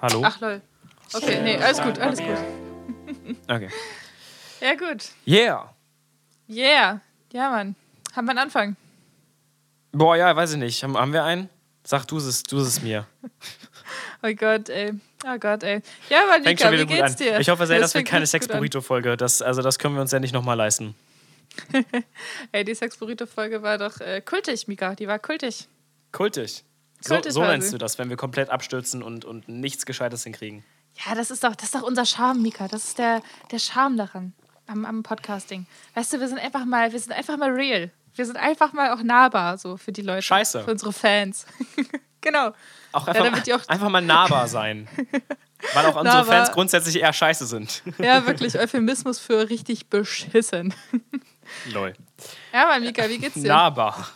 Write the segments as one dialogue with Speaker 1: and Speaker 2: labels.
Speaker 1: Hallo?
Speaker 2: Ach lol. Okay, nee, alles gut, alles gut.
Speaker 1: Okay.
Speaker 2: Ja, gut.
Speaker 1: Yeah!
Speaker 2: Yeah. Ja, Mann. Haben wir einen Anfang.
Speaker 1: Boah, ja, weiß ich nicht. Haben, haben wir einen? Sag du es, du es mir.
Speaker 2: Oh Gott, ey. Oh Gott, ey. Ja, Mann,
Speaker 1: Fängt schon
Speaker 2: Lika, wie
Speaker 1: wieder gut
Speaker 2: geht's
Speaker 1: an.
Speaker 2: dir?
Speaker 1: Ich hoffe sehr,
Speaker 2: Das
Speaker 1: dass wir
Speaker 2: fängt
Speaker 1: keine
Speaker 2: richtig gut an.
Speaker 1: Sex-Burrito-Folge. Das, also, das können wir uns ja nicht nochmal leisten.
Speaker 2: Ey, die Sex Burrito Folge war doch äh, kultig, Mika. Die war kultig.
Speaker 1: Kultig. So,
Speaker 2: Kultig
Speaker 1: so
Speaker 2: war
Speaker 1: nennst
Speaker 2: sie.
Speaker 1: du das, wenn wir komplett abstürzen und, und nichts Gescheites hinkriegen.
Speaker 2: Ja, das ist doch, das ist doch unser Charme, Mika. Das ist der, der Charme daran, am, am Podcasting. Weißt du, wir sind einfach mal, wir sind einfach mal real. Wir sind einfach mal auch nahbar, so für die Leute.
Speaker 1: Scheiße.
Speaker 2: Für unsere Fans. genau.
Speaker 1: Auch
Speaker 2: Ja,
Speaker 1: einfach,
Speaker 2: damit die auch-
Speaker 1: einfach mal nahbar sein. Weil auch unsere
Speaker 2: Nahbar.
Speaker 1: Fans grundsätzlich eher scheiße sind.
Speaker 2: Ja, wirklich Euphemismus für richtig beschissen.
Speaker 1: Lol.
Speaker 2: Ja, Mann, Mika, wie geht's dir?
Speaker 1: Nahbar.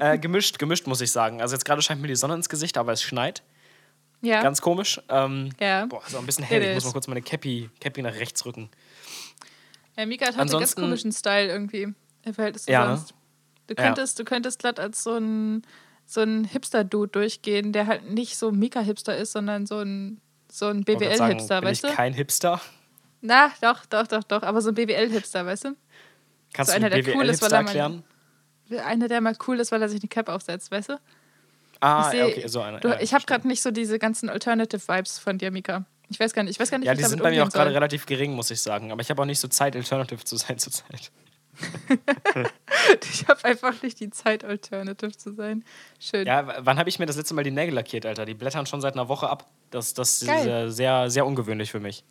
Speaker 1: äh, gemischt, gemischt, muss ich sagen. Also, jetzt gerade scheint mir die Sonne ins Gesicht, aber es schneit.
Speaker 2: ja.
Speaker 1: Ganz komisch. Ähm,
Speaker 2: Ja.
Speaker 1: Boah, ist auch ein bisschen hell.
Speaker 2: It
Speaker 1: Ich muss
Speaker 2: is.
Speaker 1: mal kurz meine Cappy, Cappy nach rechts rücken.
Speaker 2: ja, Mika hat heute einen ganz
Speaker 1: Ansonsten-
Speaker 2: komischen Style irgendwie im Verhältnis zu
Speaker 1: Ja, ne?
Speaker 2: sonst. Du
Speaker 1: Ja.
Speaker 2: könntest, du könntest glatt als so ein, so ein Hipster-Dude durchgehen, der halt nicht so Mika-Hipster ist, sondern so ein, so ein
Speaker 1: Ich wollte gerade sagen,
Speaker 2: BWL-Hipster,
Speaker 1: bin
Speaker 2: weißt
Speaker 1: ich
Speaker 2: du?
Speaker 1: kein Hipster.
Speaker 2: Na, doch, doch, doch, doch. Aber so ein BWL-Hipster, weißt du?
Speaker 1: Kannst
Speaker 2: So
Speaker 1: du
Speaker 2: einer,
Speaker 1: mir
Speaker 2: der cool ist,
Speaker 1: BWL-Hipster
Speaker 2: weil er mal-
Speaker 1: erklären?
Speaker 2: Einer, der mal cool ist, weil er sich eine Cap aufsetzt, weißt du?
Speaker 1: Ah,
Speaker 2: seh-
Speaker 1: ja, okay, so einer.
Speaker 2: Du,
Speaker 1: ja,
Speaker 2: ich habe gerade nicht so diese ganzen Alternative-Vibes von dir, Mika. Ich weiß gar nicht, ich weiß gar nicht,
Speaker 1: Ja,
Speaker 2: wie
Speaker 1: die
Speaker 2: ich
Speaker 1: sind
Speaker 2: damit
Speaker 1: bei mir auch
Speaker 2: umgehen
Speaker 1: gerade
Speaker 2: soll.
Speaker 1: relativ gering, muss ich sagen. Aber ich habe auch nicht so Zeit, Alternative zu sein zurzeit.
Speaker 2: Ich habe einfach nicht die Zeit, Alternative zu sein. Schön.
Speaker 1: Ja, w- wann habe ich mir das letzte Mal die Nägel lackiert, Alter? Die blättern schon seit einer Woche ab. Das, das ist
Speaker 2: Geil.
Speaker 1: äh, sehr, sehr ungewöhnlich für mich.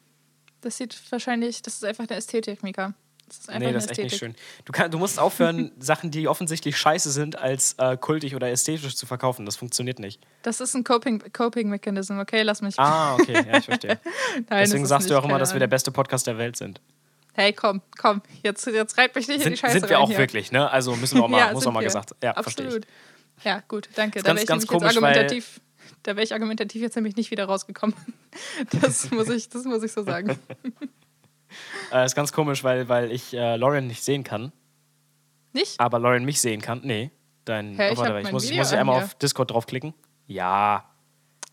Speaker 2: Das sieht wahrscheinlich, das ist einfach eine Ästhetik, Mika. Das ist einfach
Speaker 1: nee,
Speaker 2: eine
Speaker 1: das ist echt
Speaker 2: Ästhetik.
Speaker 1: nicht schön. Du, kann, du musst aufhören, Sachen, die offensichtlich scheiße sind, als äh, kultig oder ästhetisch zu verkaufen. Das funktioniert nicht.
Speaker 2: Das ist ein Coping, Coping Mechanism, okay? Lass mich.
Speaker 1: Ah, okay, ja, ich verstehe.
Speaker 2: Nein, das
Speaker 1: Deswegen
Speaker 2: ist
Speaker 1: sagst du
Speaker 2: nicht,
Speaker 1: auch immer,
Speaker 2: keine
Speaker 1: dass wir der
Speaker 2: Ahnung.
Speaker 1: beste Podcast der Welt sind.
Speaker 2: Hey, komm, komm, jetzt, jetzt reit mich nicht in die
Speaker 1: Sind,
Speaker 2: Scheiße
Speaker 1: sind wir
Speaker 2: rein
Speaker 1: auch
Speaker 2: hier.
Speaker 1: wirklich, ne? Also müssen wir auch mal,
Speaker 2: ja,
Speaker 1: muss
Speaker 2: sind
Speaker 1: auch mal
Speaker 2: wir.
Speaker 1: gesagt. Ja, verstehe ich.
Speaker 2: Absolut. Ja, gut, danke.
Speaker 1: Ist
Speaker 2: Da
Speaker 1: ganz-
Speaker 2: wäre ich
Speaker 1: ganz
Speaker 2: nämlich jetzt
Speaker 1: komisch, weil-
Speaker 2: argumentativ, da wäre ich argumentativ jetzt nämlich nicht wieder rausgekommen. Das muss ich, das muss ich so sagen.
Speaker 1: Äh, ist ganz komisch, weil, weil ich äh, Lauren nicht sehen kann,
Speaker 2: Nicht?
Speaker 1: aber Lauren mich sehen kann. Nee, dein.
Speaker 2: Hä, ich
Speaker 1: warte,
Speaker 2: hab
Speaker 1: ich
Speaker 2: mein
Speaker 1: muss, ich
Speaker 2: Video
Speaker 1: muss hier
Speaker 2: an
Speaker 1: einmal
Speaker 2: hier.
Speaker 1: auf Discord draufklicken. Ja.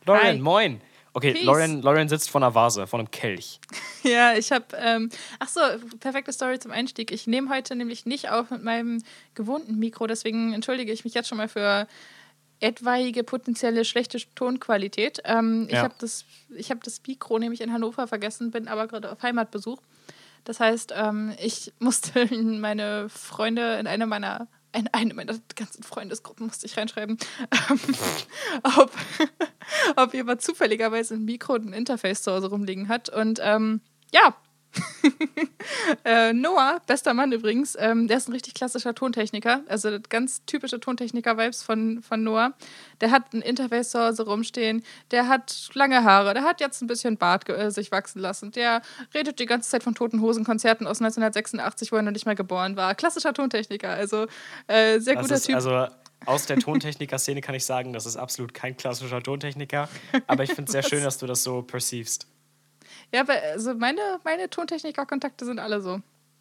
Speaker 1: Lauren,
Speaker 2: Hi.
Speaker 1: moin. Okay,
Speaker 2: Peace.
Speaker 1: Lauren, Lauren sitzt vor einer Vase, vor einem Kelch.
Speaker 2: Ja, ich habe, ähm, ach so, perfekte Story zum Einstieg. Ich nehme heute nämlich nicht auf mit meinem gewohnten Mikro, deswegen entschuldige ich mich jetzt schon mal für etwaige potenzielle schlechte Tonqualität. Ähm, Ich
Speaker 1: Ja.
Speaker 2: habe das, ich hab das Mikro nämlich in Hannover vergessen, bin aber gerade auf Heimatbesuch. Das heißt, ähm, ich musste in meine Freunde in eine meiner in eine meiner ganzen Freundesgruppen musste ich reinschreiben, ähm, ob, ob jemand zufälligerweise ein Mikro und ein Interface zu Hause rumliegen hat. Und ähm, ja, äh, Noah, bester Mann übrigens, ähm, der ist ein richtig klassischer Tontechniker, also ganz typische Tontechniker-Vibes von, von Noah. Der hat ein Interface zu Hause rumstehen, der hat lange Haare, der hat jetzt ein bisschen Bart ge- äh, sich wachsen lassen, der redet die ganze Zeit von Toten Hosen-Konzerten aus 1986, wo er noch nicht mal geboren war. Klassischer Tontechniker, also äh, sehr
Speaker 1: Das
Speaker 2: guter
Speaker 1: ist,
Speaker 2: Typ.
Speaker 1: also aus der Tontechniker-Szene kann ich sagen, das ist absolut kein klassischer Tontechniker. Aber ich finde es sehr schön, dass du das so perceivst.
Speaker 2: Ja, aber also meine, meine Tontechniker-Kontakte sind alle so.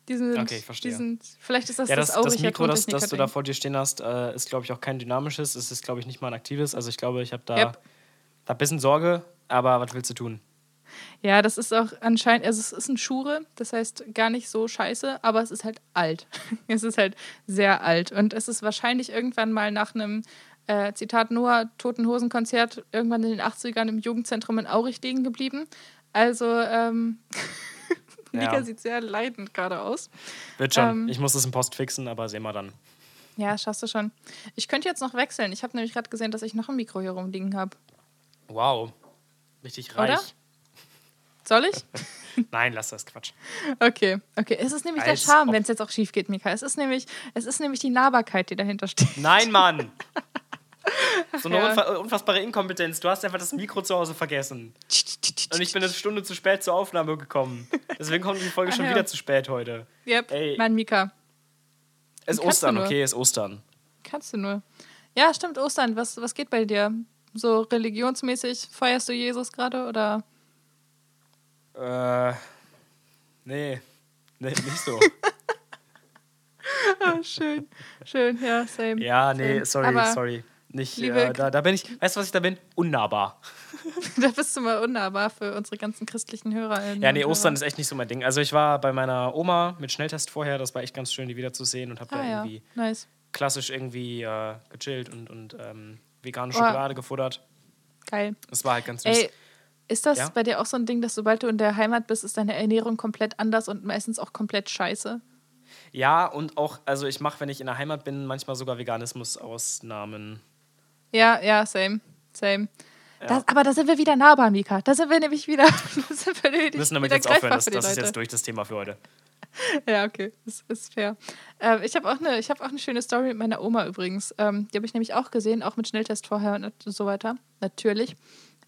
Speaker 2: Die sind,
Speaker 1: Okay, ich verstehe.
Speaker 2: Die sind, vielleicht ist das
Speaker 1: Ja, das, das,
Speaker 2: Aurich der
Speaker 1: Mikro, das, das du da
Speaker 2: Tontechniker-Ding.
Speaker 1: vor dir stehen hast, äh, ist, glaube ich, auch kein dynamisches. Es ist, glaube ich, nicht mal ein aktives. Also ich glaube, ich habe da
Speaker 2: Yep.
Speaker 1: hab ein bisschen Sorge, aber was willst du tun?
Speaker 2: Ja, das ist auch anscheinend, also es ist ein Schure, das heißt gar nicht so scheiße, aber es ist halt alt. Es ist halt sehr alt und es ist wahrscheinlich irgendwann mal nach einem äh, Zitat Noah Totenhosenkonzert irgendwann in den 80ern im Jugendzentrum in Aurich liegen geblieben. Also ähm, Nika
Speaker 1: Ja.
Speaker 2: sieht sehr leidend gerade aus.
Speaker 1: Wird schon.
Speaker 2: Ähm.
Speaker 1: ich muss das im Post fixen, aber sehen wir dann.
Speaker 2: Ja, schaffst du schon. Ich könnte jetzt noch wechseln. Ich habe nämlich gerade gesehen, dass ich noch ein Mikro hier rumliegen habe.
Speaker 1: Wow. Richtig
Speaker 2: Oder?
Speaker 1: reich.
Speaker 2: Soll ich?
Speaker 1: Nein, lass das Quatsch.
Speaker 2: Okay, okay. Es ist nämlich der
Speaker 1: Als
Speaker 2: Charme,
Speaker 1: ob.
Speaker 2: wenn es jetzt auch schief geht, Mika. Es ist nämlich, es ist nämlich die Nahbarkeit, die dahinter steht.
Speaker 1: Nein, Mann! So eine
Speaker 2: ja.
Speaker 1: unfa unfassbare Inkompetenz. Du hast einfach das Mikro zu Hause vergessen. Und ich bin eine Stunde zu spät zur Aufnahme gekommen. Deswegen kommt die Folge
Speaker 2: Ah,
Speaker 1: schon
Speaker 2: ja.
Speaker 1: wieder zu spät heute.
Speaker 2: Yep.
Speaker 1: Ey.
Speaker 2: Mann, Mika,
Speaker 1: Es ist
Speaker 2: Kannst du
Speaker 1: Ostern,
Speaker 2: nur.
Speaker 1: okay, es ist Ostern.
Speaker 2: kannst du nur. Ja, stimmt, Ostern. Was, was geht bei dir? So religionsmäßig feierst du Jesus gerade oder?
Speaker 1: Äh. Nee. Nee, nicht so.
Speaker 2: Ah, schön, schön, ja, same.
Speaker 1: ja, nee,
Speaker 2: same.
Speaker 1: sorry,
Speaker 2: Aber
Speaker 1: sorry. Nicht,
Speaker 2: Liebe
Speaker 1: äh, da, da bin ich, weißt du, was ich da bin? Unnahbar.
Speaker 2: da bist du mal unnahbar für unsere ganzen christlichen HörerInnen.
Speaker 1: Ja, nee, Ostern ist echt nicht so mein Ding. Also ich war bei meiner Oma mit Schnelltest vorher, das war echt ganz schön, die wiederzusehen und habe
Speaker 2: Ah
Speaker 1: da
Speaker 2: ja,
Speaker 1: irgendwie
Speaker 2: nice.
Speaker 1: klassisch irgendwie äh, gechillt und, und ähm, vegane
Speaker 2: Oh.
Speaker 1: Schokolade gefuttert.
Speaker 2: Geil.
Speaker 1: Das war halt ganz süß.
Speaker 2: Ey, ist das
Speaker 1: Ja?
Speaker 2: bei dir auch so ein Ding, dass sobald du in der Heimat bist, ist deine Ernährung komplett anders und meistens auch komplett scheiße?
Speaker 1: Ja, und auch, also ich mache, wenn ich in der Heimat bin, manchmal sogar Veganismus-Ausnahmen.
Speaker 2: Ja, ja, same. Same.
Speaker 1: Ja.
Speaker 2: Das, aber da sind wir wieder nahbar, Mika. Da sind wir nämlich wieder. Da sind wir nämlich
Speaker 1: Wir müssen damit
Speaker 2: wieder
Speaker 1: jetzt aufhören,
Speaker 2: greifbar
Speaker 1: das,
Speaker 2: für die
Speaker 1: das ist
Speaker 2: Leute.
Speaker 1: jetzt durch das Thema für heute.
Speaker 2: Ja, okay, das ist fair. Ähm, ich habe auch eine ich hab auch eine schöne Story mit meiner Oma übrigens. Ähm, die habe ich nämlich auch gesehen, auch mit Schnelltest vorher und so weiter. Natürlich.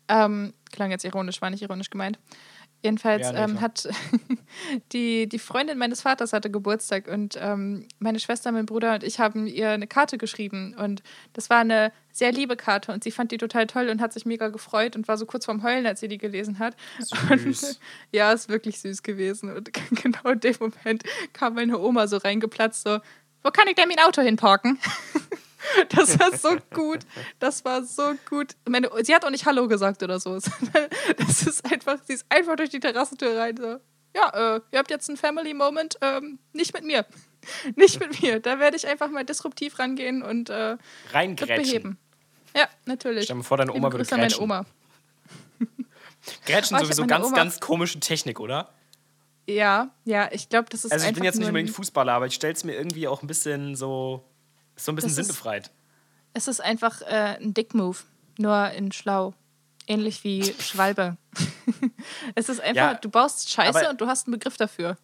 Speaker 2: Ähm, klang jetzt ironisch, war nicht ironisch gemeint. Jedenfalls
Speaker 1: Ja, nee,
Speaker 2: ähm,
Speaker 1: klar.
Speaker 2: hat die, die Freundin meines Vaters hatte Geburtstag und ähm, meine Schwester, mein Bruder und ich haben ihr eine Karte geschrieben und das war eine sehr liebe Karte und sie fand die total toll und hat sich mega gefreut und war so kurz vorm Heulen, als sie die gelesen hat.
Speaker 1: Süß.
Speaker 2: Ja, ist wirklich süß gewesen. Und genau in dem Moment kam meine Oma so reingeplatzt, so, wo kann ich denn mein Auto hinparken? Das war so gut. Das war so gut. Meine, sie hat auch nicht Hallo gesagt oder so. sondern Das ist einfach, sie ist einfach durch die Terrassentür rein. So, ja, äh, ihr habt jetzt einen Family Moment. Ähm, nicht mit mir. Nicht mit mir. Da werde ich einfach mal disruptiv rangehen und äh, das
Speaker 1: Reingrätschen.
Speaker 2: beheben. Ja, natürlich.
Speaker 1: Stell dir mal vor, deine
Speaker 2: Liebe
Speaker 1: Oma würde
Speaker 2: Grüße an meine
Speaker 1: grätschen.
Speaker 2: Oma.
Speaker 1: Grätschen
Speaker 2: Oh, ich hab
Speaker 1: sowieso
Speaker 2: meine
Speaker 1: ganz,
Speaker 2: Oma-
Speaker 1: ganz komische Technik, oder?
Speaker 2: Ja, ja, ich glaube, das ist
Speaker 1: Also ich bin
Speaker 2: einfach
Speaker 1: jetzt nicht
Speaker 2: nur ein-
Speaker 1: unbedingt Fußballer, aber ich stelle es mir irgendwie auch ein bisschen so, ist so ein bisschen
Speaker 2: Das ist-
Speaker 1: sinnbefreit.
Speaker 2: Es ist einfach äh, ein Dick-Move, nur in schlau. Ähnlich wie Schwalbe. es ist einfach,
Speaker 1: Ja,
Speaker 2: du baust Scheiße
Speaker 1: aber-
Speaker 2: und du hast einen Begriff dafür.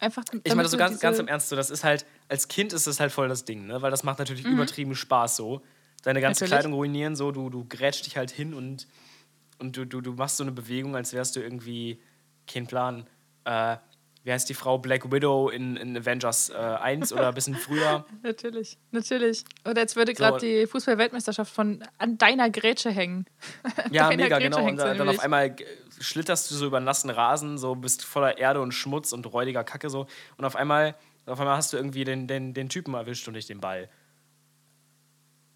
Speaker 2: Einfach
Speaker 1: Ich meine, so ganz, ganz im
Speaker 2: Ernst.
Speaker 1: Ernst, so, das ist halt, als Kind ist das halt voll das Ding, ne? Weil das macht natürlich übertrieben Spaß so. Deine ganze
Speaker 2: Mhm. Natürlich.
Speaker 1: Kleidung ruinieren, so, du, du grätschst dich halt hin und, und du, du, du machst so eine Bewegung, als wärst du irgendwie, kein Plan, äh, wie heißt die Frau Black Widow in, in Avengers äh, 1 oder ein bisschen früher?
Speaker 2: Natürlich, natürlich. Oder jetzt würde gerade die Fußball-Weltmeisterschaft von an deiner Grätsche hängen.
Speaker 1: Ja,
Speaker 2: Deiner
Speaker 1: mega,
Speaker 2: Grätsche
Speaker 1: genau. Und
Speaker 2: hängt sie
Speaker 1: dann, dann auf
Speaker 2: nämlich.
Speaker 1: einmal g- schlitterst du so über nassen Rasen, so bist voller Erde und Schmutz und räudiger Kacke so. Und auf einmal, auf einmal hast du irgendwie den, den, den Typen erwischt und nicht den Ball.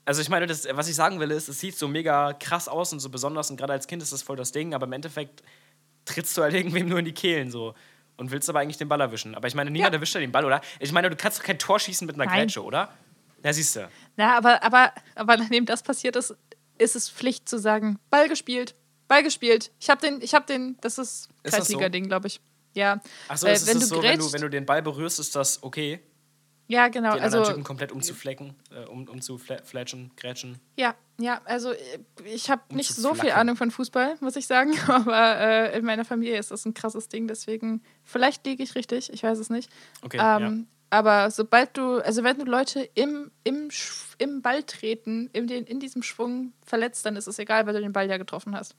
Speaker 1: Also ich meine, das, was ich sagen will, ist, es sieht so mega krass aus und so besonders und gerade als Kind ist das voll das Ding, aber im Endeffekt trittst du halt irgendwem nur in die Kehlen so und willst aber eigentlich den Ball erwischen. Aber ich meine, niemand erwischt ja den Ball, oder? Ich meine, du kannst doch kein Tor schießen mit einer
Speaker 2: Nein.
Speaker 1: Grätsche, oder? Ja, siehst du.
Speaker 2: Na, aber, aber, aber nachdem das passiert ist, ist es Pflicht zu sagen, Ball gespielt, Ball gespielt. Ich habe den, ich habe den, das ist
Speaker 1: Ist das so?
Speaker 2: Kreisliga-Ding, glaube ich. Ja. Äh,
Speaker 1: Ach so,
Speaker 2: Weil
Speaker 1: ist es das so, wenn du,
Speaker 2: grätscht-
Speaker 1: wenn du den Ball berührst, ist das okay?
Speaker 2: ja, genau.
Speaker 1: den
Speaker 2: Also
Speaker 1: anderen Typen komplett umzuflecken, äh, um, um zu fle- fletschen, grätschen.
Speaker 2: Ja, ja, also äh, ich habe
Speaker 1: Um
Speaker 2: nicht
Speaker 1: zu
Speaker 2: so viel
Speaker 1: flackern.
Speaker 2: Ahnung von Fußball, muss ich sagen, aber äh, in meiner Familie ist das ein krasses Ding, deswegen vielleicht liege ich richtig, ich weiß es nicht.
Speaker 1: Okay,
Speaker 2: ähm, Aber sobald du, also wenn du Leute im, im, Sch- im Ball treten, in, den, in diesem Schwung verletzt, dann ist es egal, weil du den Ball ja getroffen hast.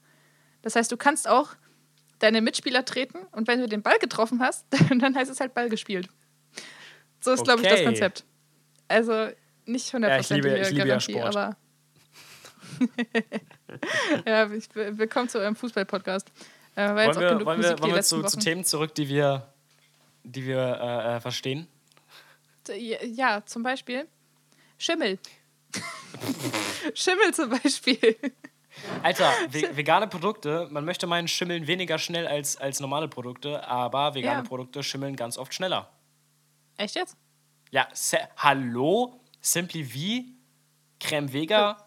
Speaker 2: Das heißt, du kannst auch deine Mitspieler treten und wenn du den Ball getroffen hast, dann heißt es halt Ball gespielt. So ist, glaube ich, das
Speaker 1: Okay.
Speaker 2: Konzept. Also nicht
Speaker 1: Ja, ich liebe-
Speaker 2: hundertprozentige
Speaker 1: ich liebe ja
Speaker 2: Garantie,
Speaker 1: Sport.
Speaker 2: aber. ja, ich, willkommen zu eurem Fußball-Podcast. Äh, war
Speaker 1: ja. Wollen
Speaker 2: jetzt auch
Speaker 1: wir,
Speaker 2: genug
Speaker 1: wollen
Speaker 2: Musik
Speaker 1: wir,
Speaker 2: die
Speaker 1: wollen wir
Speaker 2: letzten
Speaker 1: zu,
Speaker 2: Wochen.
Speaker 1: zu Themen zurück, die wir, die wir äh, äh, verstehen?
Speaker 2: Ja, zum Beispiel Schimmel. Schimmel zum Beispiel.
Speaker 1: Alter, ve vegane Produkte, man möchte meinen, schimmeln weniger schnell als, als normale Produkte, aber vegane
Speaker 2: Ja.
Speaker 1: Produkte schimmeln ganz oft schneller.
Speaker 2: Echt jetzt?
Speaker 1: Ja, se hallo? Simply V? Creme Vega?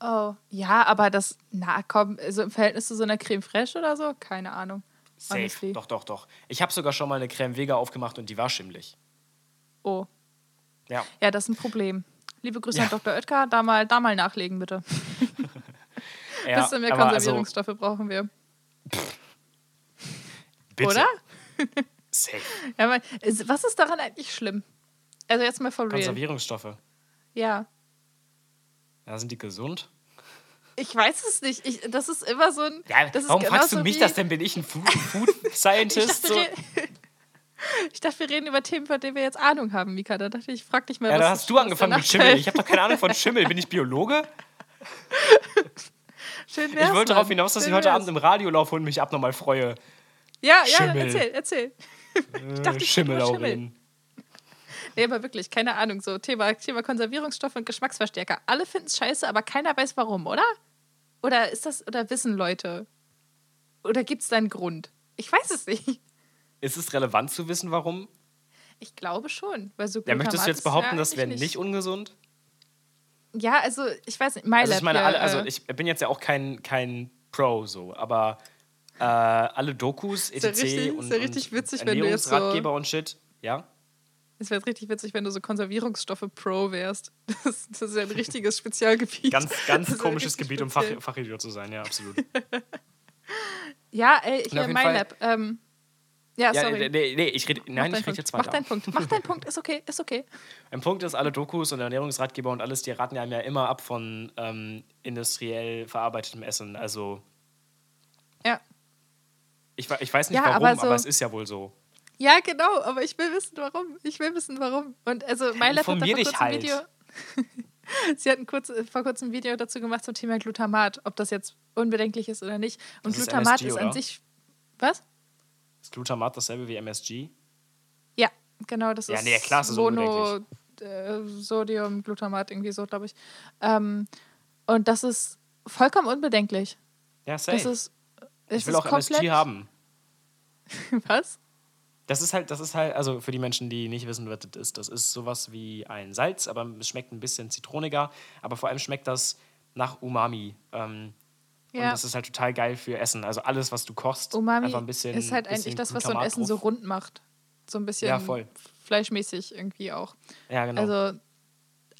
Speaker 2: Oh, ja, aber das, na komm, also im Verhältnis zu so einer Creme Fraiche oder so? Keine Ahnung.
Speaker 1: Safe.
Speaker 2: honestly.
Speaker 1: Doch, doch, doch. Ich habe sogar schon mal eine Creme Vega aufgemacht und die war schimmelig.
Speaker 2: Oh,
Speaker 1: Ja.
Speaker 2: ja, das ist ein Problem. Liebe Grüße
Speaker 1: Ja.
Speaker 2: an Dr. Oetker, da mal, da mal nachlegen, bitte.
Speaker 1: ja
Speaker 2: Bisschen mehr
Speaker 1: aber also,
Speaker 2: Konservierungsstoffe brauchen wir.
Speaker 1: bitte.
Speaker 2: Oder?
Speaker 1: Safe.
Speaker 2: Ja, aber es- was ist daran eigentlich schlimm? Also jetzt mal for real.
Speaker 1: Konservierungsstoffe.
Speaker 2: Ja.
Speaker 1: Ja, sind die gesund?
Speaker 2: Ich weiß es nicht. Ich, das ist immer so ein.
Speaker 1: Ja,
Speaker 2: das ist
Speaker 1: warum fragst du
Speaker 2: genauso
Speaker 1: mich
Speaker 2: wie-
Speaker 1: das denn? Bin ich ein Food, Food
Speaker 2: Ich
Speaker 1: Scientist? so?
Speaker 2: dachte, wir- ich dachte, wir reden über Themen, von denen wir jetzt Ahnung haben, Mika. Da dachte ich, ich frag dich mal,
Speaker 1: Ja, da
Speaker 2: was
Speaker 1: hast du
Speaker 2: was der
Speaker 1: angefangen mit
Speaker 2: Nachteil-
Speaker 1: Schimmel. Ich habe doch keine Ahnung von Schimmel. Bin ich Biologe?
Speaker 2: Schön
Speaker 1: Ich
Speaker 2: wär's,
Speaker 1: wollte
Speaker 2: Mann.
Speaker 1: darauf hinaus, dass ich
Speaker 2: Schön
Speaker 1: heute
Speaker 2: wär's.
Speaker 1: Abend im Radiolauf und mich abnormal freue.
Speaker 2: Ja, ja,
Speaker 1: Schimmel.
Speaker 2: erzähl, erzähl.
Speaker 1: Ich
Speaker 2: dachte, ich
Speaker 1: Schimmel,
Speaker 2: rede über
Speaker 1: Laurin.
Speaker 2: Nee, aber wirklich, keine Ahnung. So, Thema, Thema Konservierungsstoffe und Geschmacksverstärker. Alle finden es scheiße, aber keiner weiß warum, oder? Oder ist das, oder wissen Leute? Oder gibt es da einen Grund? Ich weiß es nicht.
Speaker 1: Ist es relevant zu wissen, warum?
Speaker 2: Ich glaube schon. Weil so
Speaker 1: Ja, möchtest
Speaker 2: Glutamat
Speaker 1: du jetzt
Speaker 2: ist
Speaker 1: behaupten,
Speaker 2: ja
Speaker 1: das wäre
Speaker 2: eigentlich
Speaker 1: nicht. ungesund?
Speaker 2: Ja, also ich weiß nicht, MyLab.
Speaker 1: Also ich meine,
Speaker 2: hier,
Speaker 1: alle, also
Speaker 2: äh,
Speaker 1: ich bin jetzt ja auch kein, kein Pro so, aber äh, alle Dokus,
Speaker 2: ja
Speaker 1: etc.
Speaker 2: richtig-
Speaker 1: und,
Speaker 2: ist ja richtig
Speaker 1: und
Speaker 2: witzig, wenn du jetzt so-
Speaker 1: Ernährungsratgeber und Shit, ja?
Speaker 2: Es wäre richtig witzig, wenn du so Konservierungsstoffe Pro wärst. Das, das ist ja ein richtiges Spezialgebiet.
Speaker 1: Ganz,
Speaker 2: Das
Speaker 1: ganz
Speaker 2: ist ja
Speaker 1: komisches
Speaker 2: richtig
Speaker 1: Gebiet, um Fach,
Speaker 2: speziell.
Speaker 1: Fachidiot zu sein, ja, absolut.
Speaker 2: Ja, ey, hier,
Speaker 1: auf jeden Fall-
Speaker 2: MyLab. Ähm, ja,
Speaker 1: ja,
Speaker 2: sorry.
Speaker 1: nee, nee, ich rede,
Speaker 2: Mach
Speaker 1: nein,
Speaker 2: deinen
Speaker 1: ich rede
Speaker 2: Punkt.
Speaker 1: jetzt
Speaker 2: Mach
Speaker 1: weiter.
Speaker 2: deinen Punkt. Mach deinen Punkt. Ist okay, ist okay.
Speaker 1: Ein Punkt ist, alle Dokus und Ernährungsratgeber und alles, die raten einem ja immer ab von ähm, industriell verarbeitetem Essen. Also
Speaker 2: Ja.
Speaker 1: ich, we- ich weiß nicht
Speaker 2: Ja,
Speaker 1: warum,
Speaker 2: aber
Speaker 1: aber,
Speaker 2: so-
Speaker 1: es ist ja wohl so.
Speaker 2: Ja, genau, aber ich will wissen, warum. Ich will wissen, warum. Und also MyLab hat da
Speaker 1: informier
Speaker 2: vor
Speaker 1: dich
Speaker 2: kurzem
Speaker 1: halt.
Speaker 2: ein Video. Sie hatten kurz, äh, vor kurzem ein Video dazu gemacht zum Thema Glutamat, ob das jetzt unbedenklich ist oder nicht. Und
Speaker 1: Das ist
Speaker 2: Glutamat
Speaker 1: MSG,
Speaker 2: ist an
Speaker 1: oder?
Speaker 2: sich. Was?
Speaker 1: Ist Glutamat dasselbe wie MSG?
Speaker 2: Ja, genau, das
Speaker 1: Ja,
Speaker 2: ist
Speaker 1: nee, klar, es ist
Speaker 2: Mono äh, Sodium Glutamat irgendwie so, glaube ich. Ähm, und das ist vollkommen unbedenklich.
Speaker 1: Ja, safe.
Speaker 2: Das ist es
Speaker 1: ich will
Speaker 2: ist
Speaker 1: auch MSG haben.
Speaker 2: Was?
Speaker 1: Das ist halt, das ist halt, also für die Menschen, die nicht wissen, was das ist, das ist sowas wie ein Salz, aber es schmeckt ein bisschen zitroniger, aber vor allem schmeckt das nach Umami. Ähm, Und
Speaker 2: Ja.
Speaker 1: das ist halt total geil für Essen. Also alles, was du kochst,
Speaker 2: Umami
Speaker 1: einfach ein bisschen.
Speaker 2: ist halt
Speaker 1: bisschen
Speaker 2: eigentlich das, was so ein
Speaker 1: Glutamat
Speaker 2: Essen so
Speaker 1: drauf.
Speaker 2: rund macht. So ein bisschen
Speaker 1: Ja, voll.
Speaker 2: fleischmäßig irgendwie auch.
Speaker 1: Ja, genau.
Speaker 2: Also,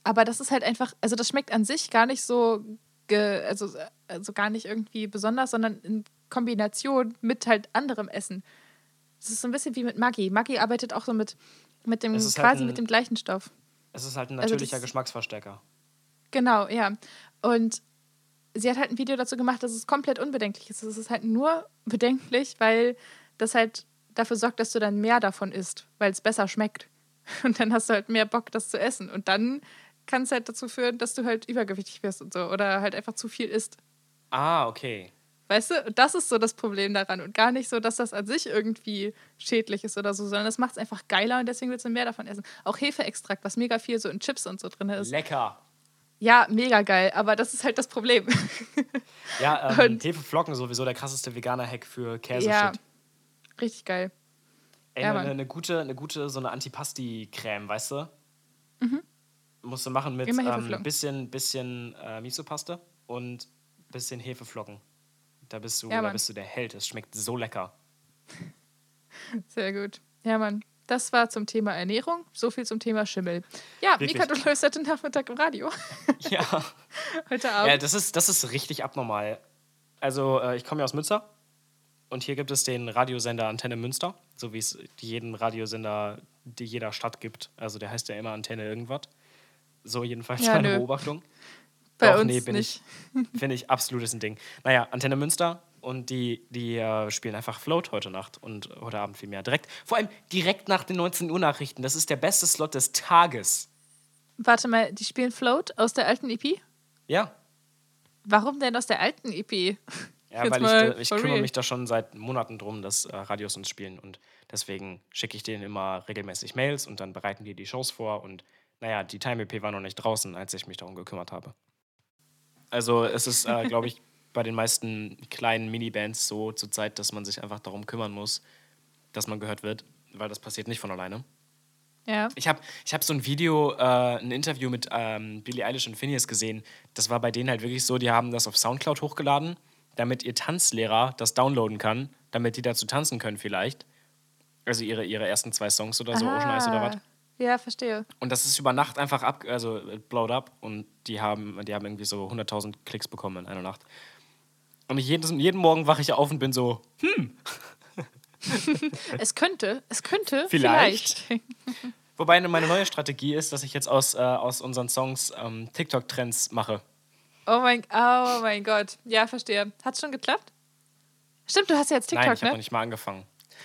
Speaker 2: aber das ist halt einfach, also das schmeckt an sich gar nicht so, ge, also, also gar nicht irgendwie besonders, sondern in Kombination mit halt anderem Essen. Das ist so ein bisschen wie mit Maggi. Maggi arbeitet auch so mit, mit dem,
Speaker 1: Es ist
Speaker 2: quasi
Speaker 1: halt ein-
Speaker 2: mit dem gleichen Stoff.
Speaker 1: es ist halt ein
Speaker 2: also
Speaker 1: natürlicher
Speaker 2: das-
Speaker 1: Geschmacksverstärker.
Speaker 2: Genau, ja. Und sie hat halt ein Video dazu gemacht, dass es komplett unbedenklich ist. Es ist halt nur bedenklich, weil das halt dafür sorgt, dass du dann mehr davon isst, weil es besser schmeckt. Und dann hast du halt mehr Bock, das zu essen. Und dann kann es halt dazu führen, dass du halt übergewichtig wirst und so oder halt einfach zu viel isst.
Speaker 1: Ah, okay.
Speaker 2: Weißt du, Und das ist so das Problem daran und gar nicht so, dass das an sich irgendwie schädlich ist oder so, sondern das macht es einfach geiler und deswegen willst du mehr davon essen. Auch Hefeextrakt, was mega viel so in Chips und so drin ist.
Speaker 1: Lecker.
Speaker 2: Ja, mega geil, aber das ist halt das Problem.
Speaker 1: Ja, ähm,
Speaker 2: Und-
Speaker 1: Hefeflocken sowieso der krasseste Veganer-Hack für Käse.
Speaker 2: ja,
Speaker 1: Shit.
Speaker 2: richtig geil.
Speaker 1: Ey,
Speaker 2: ja,
Speaker 1: eine,
Speaker 2: Mann.
Speaker 1: eine gute, eine gute so eine Antipasti-Creme, weißt du? Musst du machen mit
Speaker 2: Mhm. Immer
Speaker 1: ähm,
Speaker 2: Hefeflocken.
Speaker 1: bisschen, bisschen äh, Misopaste und bisschen Hefeflocken. Da bist du,
Speaker 2: Ja,
Speaker 1: da
Speaker 2: Mann.
Speaker 1: bist du der Held. Es schmeckt so lecker.
Speaker 2: Sehr gut. Ja, Mann. Das war zum Thema Ernährung. So viel zum Thema Schimmel. Ja,
Speaker 1: Wirklich.
Speaker 2: Mika, du läufst heute Nachmittag im Radio.
Speaker 1: ja.
Speaker 2: Heute
Speaker 1: Ja,
Speaker 2: Abend.
Speaker 1: das ist, das ist richtig abnormal. Also, äh, ich komme ja aus Münster und hier gibt es den Radiosender Antenne Münster, so wie es jeden Radiosender die jeder Stadt gibt. Also, der heißt ja immer Antenne irgendwas. So jedenfalls
Speaker 2: Ja,
Speaker 1: meine
Speaker 2: nö.
Speaker 1: Beobachtung.
Speaker 2: Bei
Speaker 1: Doch,
Speaker 2: uns
Speaker 1: nee, bin
Speaker 2: nicht.
Speaker 1: ich. Finde ich absolutes ein Ding. Naja, Antenne Münster und die, die äh, spielen einfach Float heute Nacht und heute Abend vielmehr. Direkt, vor allem direkt nach den 19 Uhr Nachrichten. Das ist der beste Slot des Tages.
Speaker 2: Warte mal, die spielen Float aus der alten EP?
Speaker 1: Ja.
Speaker 2: Warum denn aus der alten EP?
Speaker 1: Ja,
Speaker 2: Jetzt
Speaker 1: weil ich,
Speaker 2: mal
Speaker 1: da, ich
Speaker 2: for
Speaker 1: kümmere
Speaker 2: real.
Speaker 1: mich da schon seit Monaten drum, dass äh, Radios uns spielen und deswegen schicke ich denen immer regelmäßig Mails und dann bereiten die die Shows vor und naja, die Time-EP war noch nicht draußen, als ich mich darum gekümmert habe. Also es ist, äh, glaube ich, bei den meisten kleinen Minibands so zur Zeit, dass man sich einfach darum kümmern muss, dass man gehört wird, weil das passiert nicht von alleine.
Speaker 2: Ja.
Speaker 1: Ich habe ich hab so ein Video, äh, ein Interview mit ähm, Billie Eilish und Phineas gesehen. Das war bei denen halt wirklich so, die haben das auf Soundcloud hochgeladen, damit ihr Tanzlehrer das downloaden kann, damit die dazu tanzen können vielleicht. Also ihre, ihre ersten zwei Songs oder so, Ocean Eyes oder was.
Speaker 2: Ah. Ja, verstehe.
Speaker 1: Und das ist über Nacht einfach ab, also äh, blowed up und die haben, die haben irgendwie so 100.000 Klicks bekommen in einer Nacht. Und ich jeden, jeden Morgen wache ich auf und bin so,
Speaker 2: Es könnte, es könnte.
Speaker 1: Vielleicht.
Speaker 2: Vielleicht.
Speaker 1: Wobei ne- meine neue Strategie ist, dass ich jetzt aus, äh, aus unseren Songs ähm, TikTok-Trends mache.
Speaker 2: Oh, mein, oh mein Gott. Ja, verstehe. Hat's schon geklappt? Stimmt, du hast ja jetzt TikTok,
Speaker 1: Nein, ich habe noch
Speaker 2: ne?
Speaker 1: nicht mal angefangen.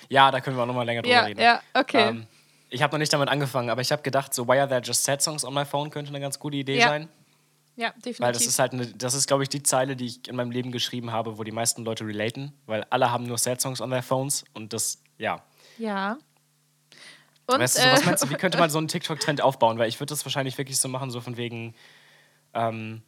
Speaker 1: Ja, da können wir auch noch mal länger drüber
Speaker 2: Ja,
Speaker 1: reden.
Speaker 2: ja, okay.
Speaker 1: Ähm, ich habe noch nicht damit angefangen, aber ich habe gedacht, so Why Are There Just Sad Songs on My Phone könnte eine ganz gute Idee
Speaker 2: Ja,
Speaker 1: sein.
Speaker 2: ja, definitiv.
Speaker 1: Weil das ist halt, eine, das ist, glaube ich, die Zeile, die ich in meinem Leben geschrieben habe, wo die meisten Leute relaten, weil alle haben nur Sad Songs on their phones und das, ja.
Speaker 2: Ja. Und
Speaker 1: weißt du, so,
Speaker 2: äh,
Speaker 1: was meinst du, wie könnte man so einen TikTok-Trend aufbauen? Weil ich würde das wahrscheinlich wirklich so machen, so von wegen, ähm,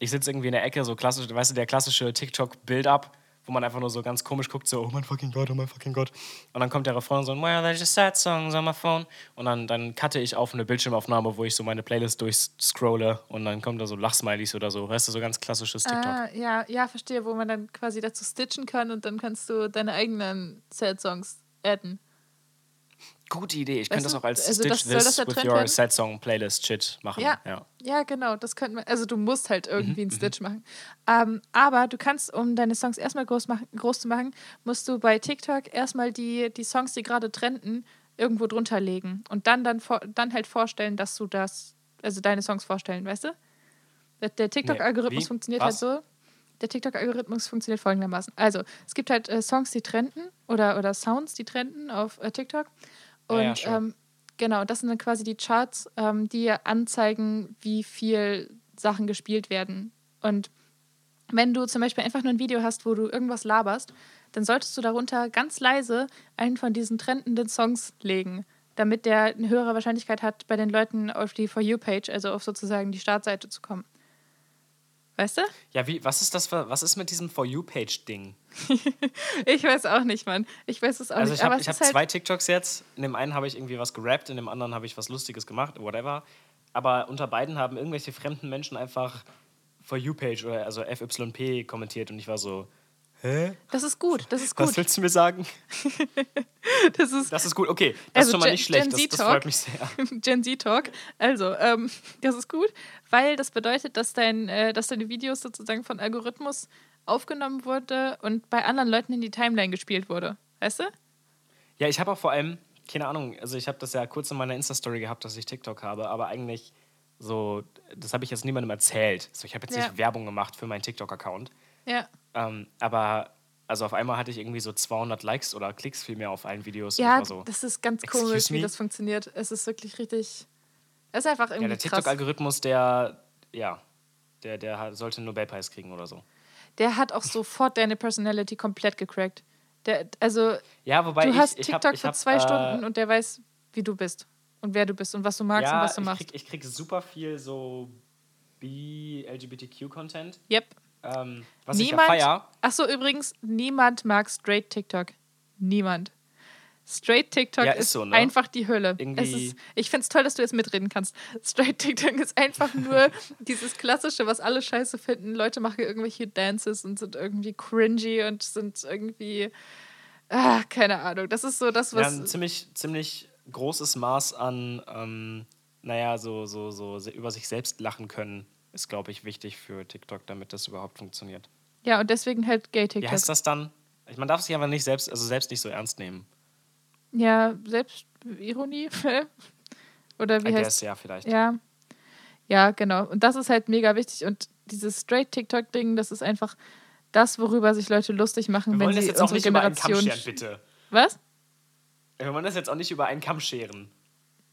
Speaker 1: ich sitze irgendwie in der Ecke, so klassisch, weißt du, der klassische TikTok-Build-Up, wo man einfach nur so ganz komisch guckt, so, oh mein fucking Gott, oh mein fucking Gott. Und dann kommt der Refrain so, well, there's a sad songs on my phone. Und dann, dann cutte ich auf eine Bildschirmaufnahme, wo ich so meine Playlist durchscrolle und dann kommt da so Lachsmilies oder so, weißt du, so ganz klassisches TikTok.
Speaker 2: Ah, ja, ja, verstehe, wo man dann quasi dazu stitchen kann und dann kannst du deine eigenen Sad Songs adden.
Speaker 1: Gute Idee, ich
Speaker 2: Weißt
Speaker 1: könnte das
Speaker 2: du,
Speaker 1: auch als
Speaker 2: also das-
Speaker 1: Stitch
Speaker 2: soll das
Speaker 1: This
Speaker 2: der
Speaker 1: with
Speaker 2: Trend
Speaker 1: Your
Speaker 2: werden?
Speaker 1: Sad Song Playlist Shit machen.
Speaker 2: Ja,
Speaker 1: ja. Mhm,
Speaker 2: ja. genau, das könnte man. Also du musst halt irgendwie einen Stitch machen. Ähm, aber du kannst, um deine Songs erstmal groß, machen, groß zu machen, musst du bei TikTok erstmal die, die Songs, die gerade trenden, irgendwo drunter legen und dann, dann, vor, dann halt vorstellen, dass du das, also deine Songs vorstellen, weißt du? Der, der
Speaker 1: Nee, wie?
Speaker 2: TikTok-Algorithmus funktioniert
Speaker 1: Was?
Speaker 2: halt so. Der TikTok-Algorithmus funktioniert folgendermaßen. Also, es gibt halt äh, Songs, die trenden oder, oder Sounds, die trenden auf äh, TikTok.
Speaker 1: Ja,
Speaker 2: Und
Speaker 1: ja, sure.
Speaker 2: ähm, genau, das sind dann quasi die Charts, ähm, die anzeigen, wie viel Sachen gespielt werden. Und wenn du zum Beispiel einfach nur ein Video hast, wo du irgendwas laberst, dann solltest du darunter ganz leise einen von diesen trendenden Songs legen, damit der eine höhere Wahrscheinlichkeit hat, bei den Leuten auf die For You-Page, also auf sozusagen die Startseite zu kommen. Weißt du?
Speaker 1: Ja, wie, was ist das für, was ist mit diesem For You-Page-Ding?
Speaker 2: Ich weiß auch nicht, Mann. Ich weiß es auch
Speaker 1: Also
Speaker 2: nicht.
Speaker 1: ich habe
Speaker 2: aber es
Speaker 1: hab
Speaker 2: ist halt,
Speaker 1: zwei TikToks jetzt. In dem einen habe ich irgendwie was gerappt, in dem anderen habe ich was Lustiges gemacht, whatever. Aber unter beiden haben irgendwelche fremden Menschen einfach For You-Page oder also FYP kommentiert und ich war so, hä?
Speaker 2: das ist gut, das ist
Speaker 1: Was
Speaker 2: gut.
Speaker 1: willst du mir sagen?
Speaker 2: Das ist
Speaker 1: Das ist gut, okay. Das
Speaker 2: Also
Speaker 1: ist schon mal
Speaker 2: Gen-
Speaker 1: nicht schlecht,
Speaker 2: Gen
Speaker 1: das,
Speaker 2: Z
Speaker 1: das
Speaker 2: Talk.
Speaker 1: freut mich sehr.
Speaker 2: Gen Z-Talk. Also, ähm, das ist gut, weil das bedeutet, dass, dein, äh, dass deine Videos sozusagen von Algorithmus aufgenommen wurde und bei anderen Leuten in die Timeline gespielt wurde. Weißt du?
Speaker 1: Ja, ich habe auch vor allem, keine Ahnung, also ich habe das ja kurz in meiner Insta-Story gehabt, dass ich TikTok habe, aber eigentlich so, das habe ich jetzt niemandem erzählt. So, ich habe jetzt
Speaker 2: Ja.
Speaker 1: nicht Werbung gemacht für meinen TikTok-Account.
Speaker 2: Ja.
Speaker 1: Ähm, aber also auf einmal hatte ich irgendwie so 200 Likes oder Klicks vielmehr auf allen Videos.
Speaker 2: Ja,
Speaker 1: und ich war so,
Speaker 2: das ist ganz
Speaker 1: Excuse
Speaker 2: komisch,
Speaker 1: me?
Speaker 2: wie das funktioniert. Es ist wirklich richtig. Es ist einfach
Speaker 1: ja
Speaker 2: irgendwie
Speaker 1: der
Speaker 2: krass.
Speaker 1: TikTok-Algorithmus, der, ja, der, der hat- sollte einen Nobelpreis kriegen oder so.
Speaker 2: Der hat auch sofort deine Personality komplett gecrackt. Der, also,
Speaker 1: Ja, wobei
Speaker 2: du
Speaker 1: ich,
Speaker 2: hast
Speaker 1: ich
Speaker 2: TikTok
Speaker 1: hab, ich
Speaker 2: für
Speaker 1: hab,
Speaker 2: zwei
Speaker 1: äh,
Speaker 2: Stunden und der weiß, wie du bist und wer du bist und was du magst
Speaker 1: ja,
Speaker 2: und was du machst.
Speaker 1: Ich krieg, ich krieg super viel so B-LGBTQ-Content.
Speaker 2: yep.
Speaker 1: Ähm, was
Speaker 2: niemand,
Speaker 1: ich ja feier.
Speaker 2: Ach so, übrigens, niemand mag straight TikTok. Niemand. Straight TikTok
Speaker 1: Ja,
Speaker 2: ist,
Speaker 1: ist so, ne?
Speaker 2: einfach die Hölle. Es
Speaker 1: Irgendwie-
Speaker 2: ist, ich finde es toll, dass du jetzt mitreden kannst. Straight TikTok ist einfach nur dieses Klassische, was alle scheiße finden. Leute machen irgendwelche Dances und sind irgendwie cringy und sind irgendwie. Ah, keine Ahnung. Das ist so das,
Speaker 1: Ja,
Speaker 2: was.
Speaker 1: ein ziemlich, ziemlich großes Maß an, ähm, naja, so, so, so se- über sich selbst lachen können, ist, glaube ich, wichtig für TikTok, damit das überhaupt funktioniert.
Speaker 2: Ja, und deswegen halt Gay
Speaker 1: Wie
Speaker 2: TikTok.
Speaker 1: heißt das dann? Ich- Man darf sich einfach nicht selbst, also selbst nicht so ernst nehmen.
Speaker 2: Ja, Selbstironie? Oder wie
Speaker 1: I
Speaker 2: heißt
Speaker 1: guess, ja, vielleicht.
Speaker 2: Ja. Ja, genau. Und das ist halt mega wichtig. Und dieses straight TikTok-Ding, das ist einfach das, worüber sich Leute lustig machen,
Speaker 1: Wir
Speaker 2: wenn
Speaker 1: wollen das
Speaker 2: sie
Speaker 1: jetzt auch
Speaker 2: unsere
Speaker 1: nicht über einen Kamm
Speaker 2: Generation.
Speaker 1: scheren, bitte.
Speaker 2: Was?
Speaker 1: Wir wollen das jetzt auch nicht über einen Kamm scheren.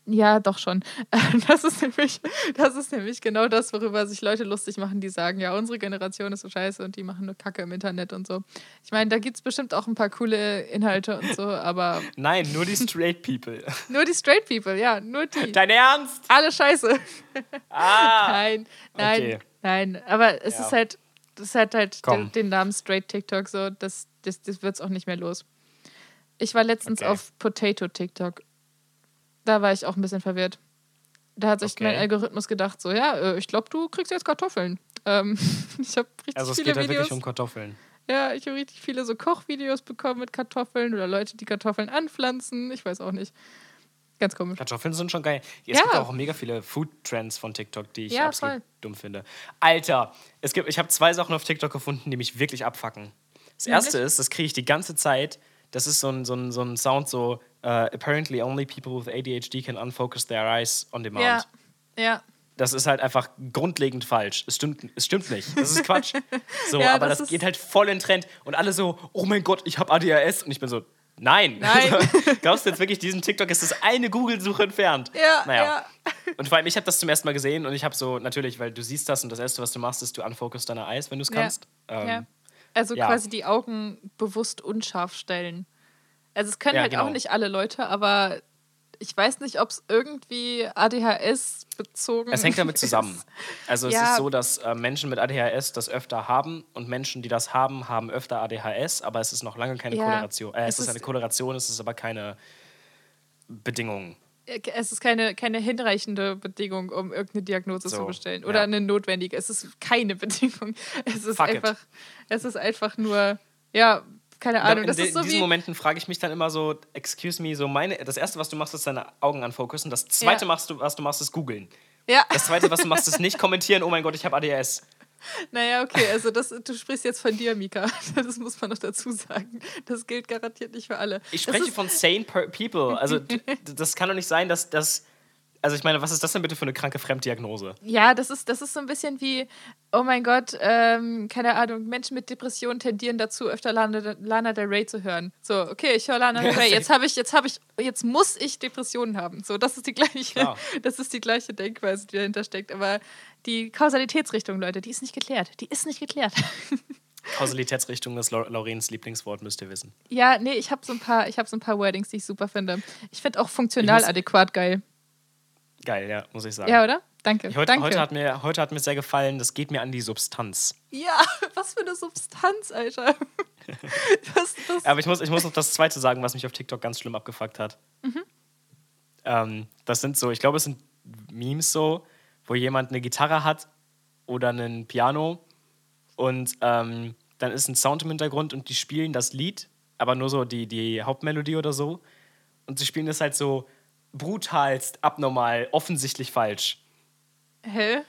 Speaker 2: Ja, doch schon. Das ist, nämlich, das ist nämlich genau das, worüber sich Leute lustig machen, die sagen, ja, unsere Generation ist so scheiße und die machen nur Kacke im Internet und so. Ich meine, da gibt es bestimmt auch ein paar coole Inhalte und so, aber
Speaker 1: Nein, nur die straight people.
Speaker 2: nur die straight people, ja, nur die.
Speaker 1: Dein Ernst?
Speaker 2: Alle scheiße.
Speaker 1: Ah!
Speaker 2: Nein, nein,
Speaker 1: Okay.
Speaker 2: nein. Aber es
Speaker 1: Ja.
Speaker 2: ist halt, das hat halt
Speaker 1: Komm.
Speaker 2: den, den Namen Straight TikTok so, das, das, das wird es auch nicht mehr los. Ich war letztens
Speaker 1: Okay.
Speaker 2: auf Potato TikTok. Da war ich auch ein bisschen verwirrt. Da hat sich
Speaker 1: Okay.
Speaker 2: mein Algorithmus gedacht, so, ja, äh, ich glaube, du kriegst jetzt Kartoffeln. Ähm, ich habe richtig
Speaker 1: Also es
Speaker 2: viele
Speaker 1: geht da
Speaker 2: Videos.
Speaker 1: wirklich um Kartoffeln.
Speaker 2: Ja, ich habe richtig viele so Kochvideos bekommen mit Kartoffeln oder Leute, die Kartoffeln anpflanzen. Ich weiß auch nicht. Ganz komisch.
Speaker 1: Kartoffeln sind schon geil. Es
Speaker 2: Mhm. Ja.
Speaker 1: gibt auch mega viele Food-Trends von TikTok, die ich
Speaker 2: Ja,
Speaker 1: absolut
Speaker 2: voll.
Speaker 1: dumm finde. Alter, es gibt, ich habe zwei Sachen auf TikTok gefunden, die mich wirklich abfacken. Das
Speaker 2: Nämlich?
Speaker 1: erste ist, das kriege ich die ganze Zeit, das ist so ein, so ein, so ein Sound so, äh, apparently only people with ADHD can unfocus their eyes on demand.
Speaker 2: Ja, ja.
Speaker 1: Das ist halt einfach grundlegend falsch. Es stimmt, es stimmt nicht. Das ist Quatsch. So,
Speaker 2: Ja,
Speaker 1: aber
Speaker 2: das
Speaker 1: das,
Speaker 2: ist-
Speaker 1: geht halt voll in den Trend. Und alle so, oh mein Gott, ich habe ADHS. Und ich bin so, nein.
Speaker 2: Nein.
Speaker 1: Glaubst du jetzt wirklich, diesem TikTok ist das eine Google-Suche entfernt?
Speaker 2: Ja,
Speaker 1: Naja.
Speaker 2: ja.
Speaker 1: Und vor allem, ich habe das zum ersten Mal gesehen und ich habe so, natürlich, weil du siehst das und das Erste, was du machst, ist, du unfocus deine Eyes, wenn du es kannst.
Speaker 2: Ja.
Speaker 1: Ähm,
Speaker 2: ja. Also
Speaker 1: ja.
Speaker 2: quasi die Augen bewusst unscharf stellen. Also es können
Speaker 1: Ja,
Speaker 2: halt
Speaker 1: genau.
Speaker 2: auch nicht alle Leute, aber ich weiß nicht, ob es irgendwie ADHS bezogen
Speaker 1: Es hängt damit
Speaker 2: ist.
Speaker 1: zusammen. Also es
Speaker 2: Ja.
Speaker 1: ist so, dass äh, Menschen mit ADHS das öfter haben und Menschen, die das haben, haben öfter ADHS, aber es ist noch lange keine
Speaker 2: Ja.
Speaker 1: Korrelation. Äh, es,
Speaker 2: Es
Speaker 1: ist
Speaker 2: ist-
Speaker 1: eine Korrelation, es ist aber keine Bedingung.
Speaker 2: Es ist keine, keine hinreichende Bedingung, um irgendeine Diagnose
Speaker 1: So,
Speaker 2: zu bestellen. Oder
Speaker 1: ja.
Speaker 2: eine notwendige. Es ist keine Bedingung. Es ist,
Speaker 1: Fuck it.
Speaker 2: einfach, es ist einfach nur, ja, keine
Speaker 1: Dann
Speaker 2: Ahnung.
Speaker 1: in,
Speaker 2: Ah, Das
Speaker 1: de-
Speaker 2: ist so
Speaker 1: in diesen
Speaker 2: wie,
Speaker 1: Momenten frage ich mich dann immer so, excuse me, so meine, das erste, was du machst, ist deine Augen anfokussen. Das zweite,
Speaker 2: Ja.
Speaker 1: machst du, was du machst, ist googeln.
Speaker 2: ja.
Speaker 1: Das zweite, was du machst, ist nicht kommentieren, oh mein Gott, ich habe ADHS.
Speaker 2: Naja, okay, also das, du sprichst jetzt von dir, Mika. Das muss man noch dazu sagen. Das gilt garantiert nicht für alle.
Speaker 1: Ich
Speaker 2: Das
Speaker 1: spreche
Speaker 2: ist,
Speaker 1: von sane per- people. Also d- d- das kann doch nicht sein, dass das. Also ich meine, was ist das denn bitte für eine kranke Fremddiagnose?
Speaker 2: Ja, das ist, das ist so ein bisschen wie, oh mein Gott, ähm, keine Ahnung, Menschen mit Depressionen tendieren dazu, öfter Lana, Lana Del Rey zu hören. So, okay, ich höre Lana Del
Speaker 1: Ja,
Speaker 2: Rey,
Speaker 1: safe.
Speaker 2: jetzt habe ich, jetzt habe ich, jetzt muss ich Depressionen haben. So, das ist die gleiche,
Speaker 1: Klar.
Speaker 2: das ist die gleiche Denkweise, die dahinter steckt. Aber die Kausalitätsrichtung, Leute, die ist nicht geklärt. Die ist nicht geklärt.
Speaker 1: Kausalitätsrichtung ist Lau- Laurens Lieblingswort, müsst ihr wissen.
Speaker 2: Ja, nee, ich habe so ein paar, ich habe so ein paar Wordings, die ich super finde. Ich finde auch funktional
Speaker 1: Ich muss-
Speaker 2: adäquat geil.
Speaker 1: Geil, ja, muss ich sagen.
Speaker 2: Ja, oder? Danke.
Speaker 1: Ich- heute,
Speaker 2: Danke.
Speaker 1: heute, hat mir, heute hat mir sehr gefallen, das geht mir an die Substanz.
Speaker 2: ja, was für eine Substanz, Alter. Das, das,
Speaker 1: Aber ich muss, ich muss noch das zweite sagen, was mich auf TikTok ganz schlimm abgefuckt hat.
Speaker 2: Mhm.
Speaker 1: Ähm, das sind so, ich glaube, es sind Memes so, wo jemand eine Gitarre hat oder ein Piano und ähm, dann ist ein Sound im Hintergrund und die spielen das Lied, aber nur so die, die Hauptmelodie oder so. Und sie spielen das halt so brutalst, abnormal, offensichtlich falsch.
Speaker 2: hä?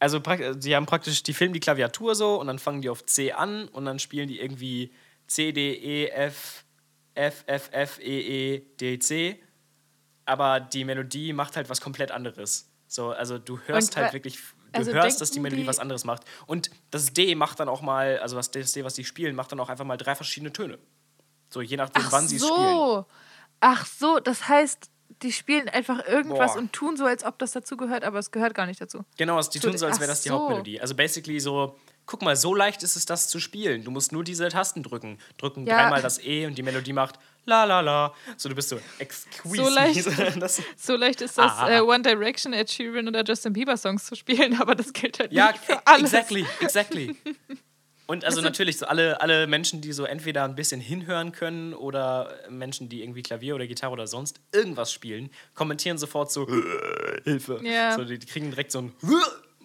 Speaker 1: Also prak- sie haben praktisch, die filmen die Klaviatur so und dann fangen die auf C an und dann spielen die irgendwie C, D, E, F, F, F, F, E, E, D, C. Aber die Melodie macht halt was komplett anderes. So, also du hörst
Speaker 2: Und wa-
Speaker 1: halt wirklich, du
Speaker 2: also
Speaker 1: hörst, dass die
Speaker 2: denken
Speaker 1: Melodie
Speaker 2: die-
Speaker 1: was anderes macht. Und das D macht dann auch mal, also das D, das D, was die spielen, macht dann auch einfach mal drei verschiedene Töne. So, je nachdem,
Speaker 2: Ach
Speaker 1: wann sie es spielen.
Speaker 2: so. Ach so, das heißt, die spielen einfach irgendwas
Speaker 1: Boah.
Speaker 2: und tun so, als ob das dazu gehört, aber es gehört gar nicht dazu.
Speaker 1: Genau, also die
Speaker 2: So,
Speaker 1: tun so, als
Speaker 2: ach
Speaker 1: wäre das die
Speaker 2: so.
Speaker 1: Hauptmelodie. Also basically so, guck mal, so leicht ist es, das zu spielen. Du musst nur diese Tasten drücken. Drücken
Speaker 2: Ja.
Speaker 1: dreimal das E und die Melodie macht la la la. So, du bist so exquisite.
Speaker 2: So leicht.
Speaker 1: Das,
Speaker 2: So leicht ist das,
Speaker 1: Ah.
Speaker 2: äh, One Direction, Ed Sheeran oder Justin Bieber Songs zu spielen, aber das gilt halt
Speaker 1: ja,
Speaker 2: nicht für alles.
Speaker 1: exactly, exactly. Und also natürlich so alle, alle Menschen, die so entweder ein bisschen hinhören können oder Menschen, die irgendwie Klavier oder Gitarre oder sonst irgendwas spielen, kommentieren sofort so Hilfe.
Speaker 2: Ja.
Speaker 1: So, die, die kriegen direkt so ein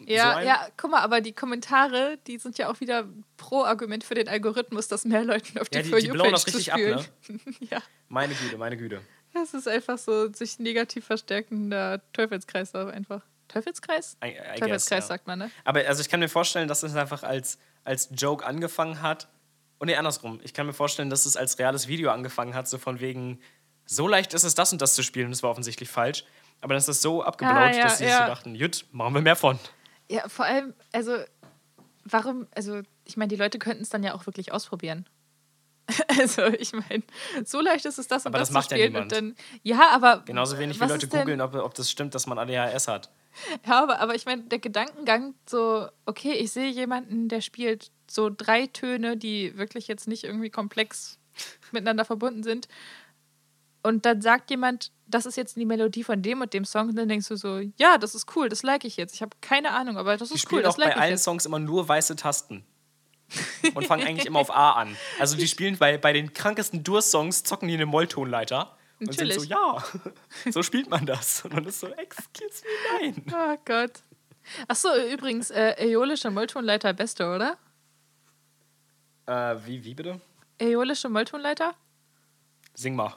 Speaker 2: Ja,
Speaker 1: so ein,
Speaker 2: ja, guck mal, aber die Kommentare, die sind ja auch wieder Pro-Argument für den Algorithmus, dass mehr Leuten auf die,
Speaker 1: Ja,
Speaker 2: ja,
Speaker 1: die-
Speaker 2: For
Speaker 1: die blauen das
Speaker 2: You-Page zu
Speaker 1: richtig ab, ne?
Speaker 2: spülen. ja,
Speaker 1: Meine Güte, meine Güte.
Speaker 2: das ist einfach so sich negativ verstärkender Teufelskreis aber einfach. Teufelskreis?
Speaker 1: I- I guess,
Speaker 2: Teufelskreis
Speaker 1: ja.
Speaker 2: sagt man, ne?
Speaker 1: Aber also ich kann mir vorstellen, dass es einfach als, als Joke angefangen hat. Und nee, andersrum. Ich kann mir vorstellen, dass es als reales Video angefangen hat, so von wegen, so leicht ist es, das und das zu spielen. Und es war offensichtlich falsch. Aber das ist so abgeblaut,
Speaker 2: Ah, ja,
Speaker 1: dass sie
Speaker 2: ja.
Speaker 1: so dachten, jut, machen wir mehr von.
Speaker 2: Ja, vor allem, also, warum, also, ich meine, die Leute könnten es dann ja auch wirklich ausprobieren. Also, ich meine, so leicht ist es das und
Speaker 1: Aber
Speaker 2: das,
Speaker 1: das macht
Speaker 2: zu
Speaker 1: ja
Speaker 2: spielen.
Speaker 1: niemand.
Speaker 2: und dann, ja, aber.
Speaker 1: Genauso wenig wie
Speaker 2: Äh, was
Speaker 1: Leute
Speaker 2: ist denn-
Speaker 1: googeln, ob, ob das stimmt, dass man ADHS hat.
Speaker 2: Ja, aber, aber ich meine, der Gedankengang, so, okay, ich sehe jemanden, der spielt so drei Töne, die wirklich jetzt nicht irgendwie komplex miteinander verbunden sind. Und dann sagt jemand, das ist jetzt die Melodie von dem und dem Song. Und dann denkst du so, ja, das ist cool, das like ich jetzt. Ich habe keine Ahnung, aber das
Speaker 1: Die
Speaker 2: ist cool,
Speaker 1: spielen
Speaker 2: das
Speaker 1: auch bei
Speaker 2: like ich
Speaker 1: allen
Speaker 2: jetzt.
Speaker 1: Songs immer nur weiße Tasten. Und fangen eigentlich immer auf A an. Also die spielen bei, bei den krankesten Dur-Songs, zocken die eine Molltonleiter. Und sind so,
Speaker 2: Natürlich.
Speaker 1: ja, so spielt man das. Und man ist so, excuse me, nein.
Speaker 2: Oh Gott. Achso, übrigens, äh, äolische Molltonleiter beste, oder?
Speaker 1: Äh, wie, wie bitte?
Speaker 2: Äolische Molltonleiter?
Speaker 1: Sing mal.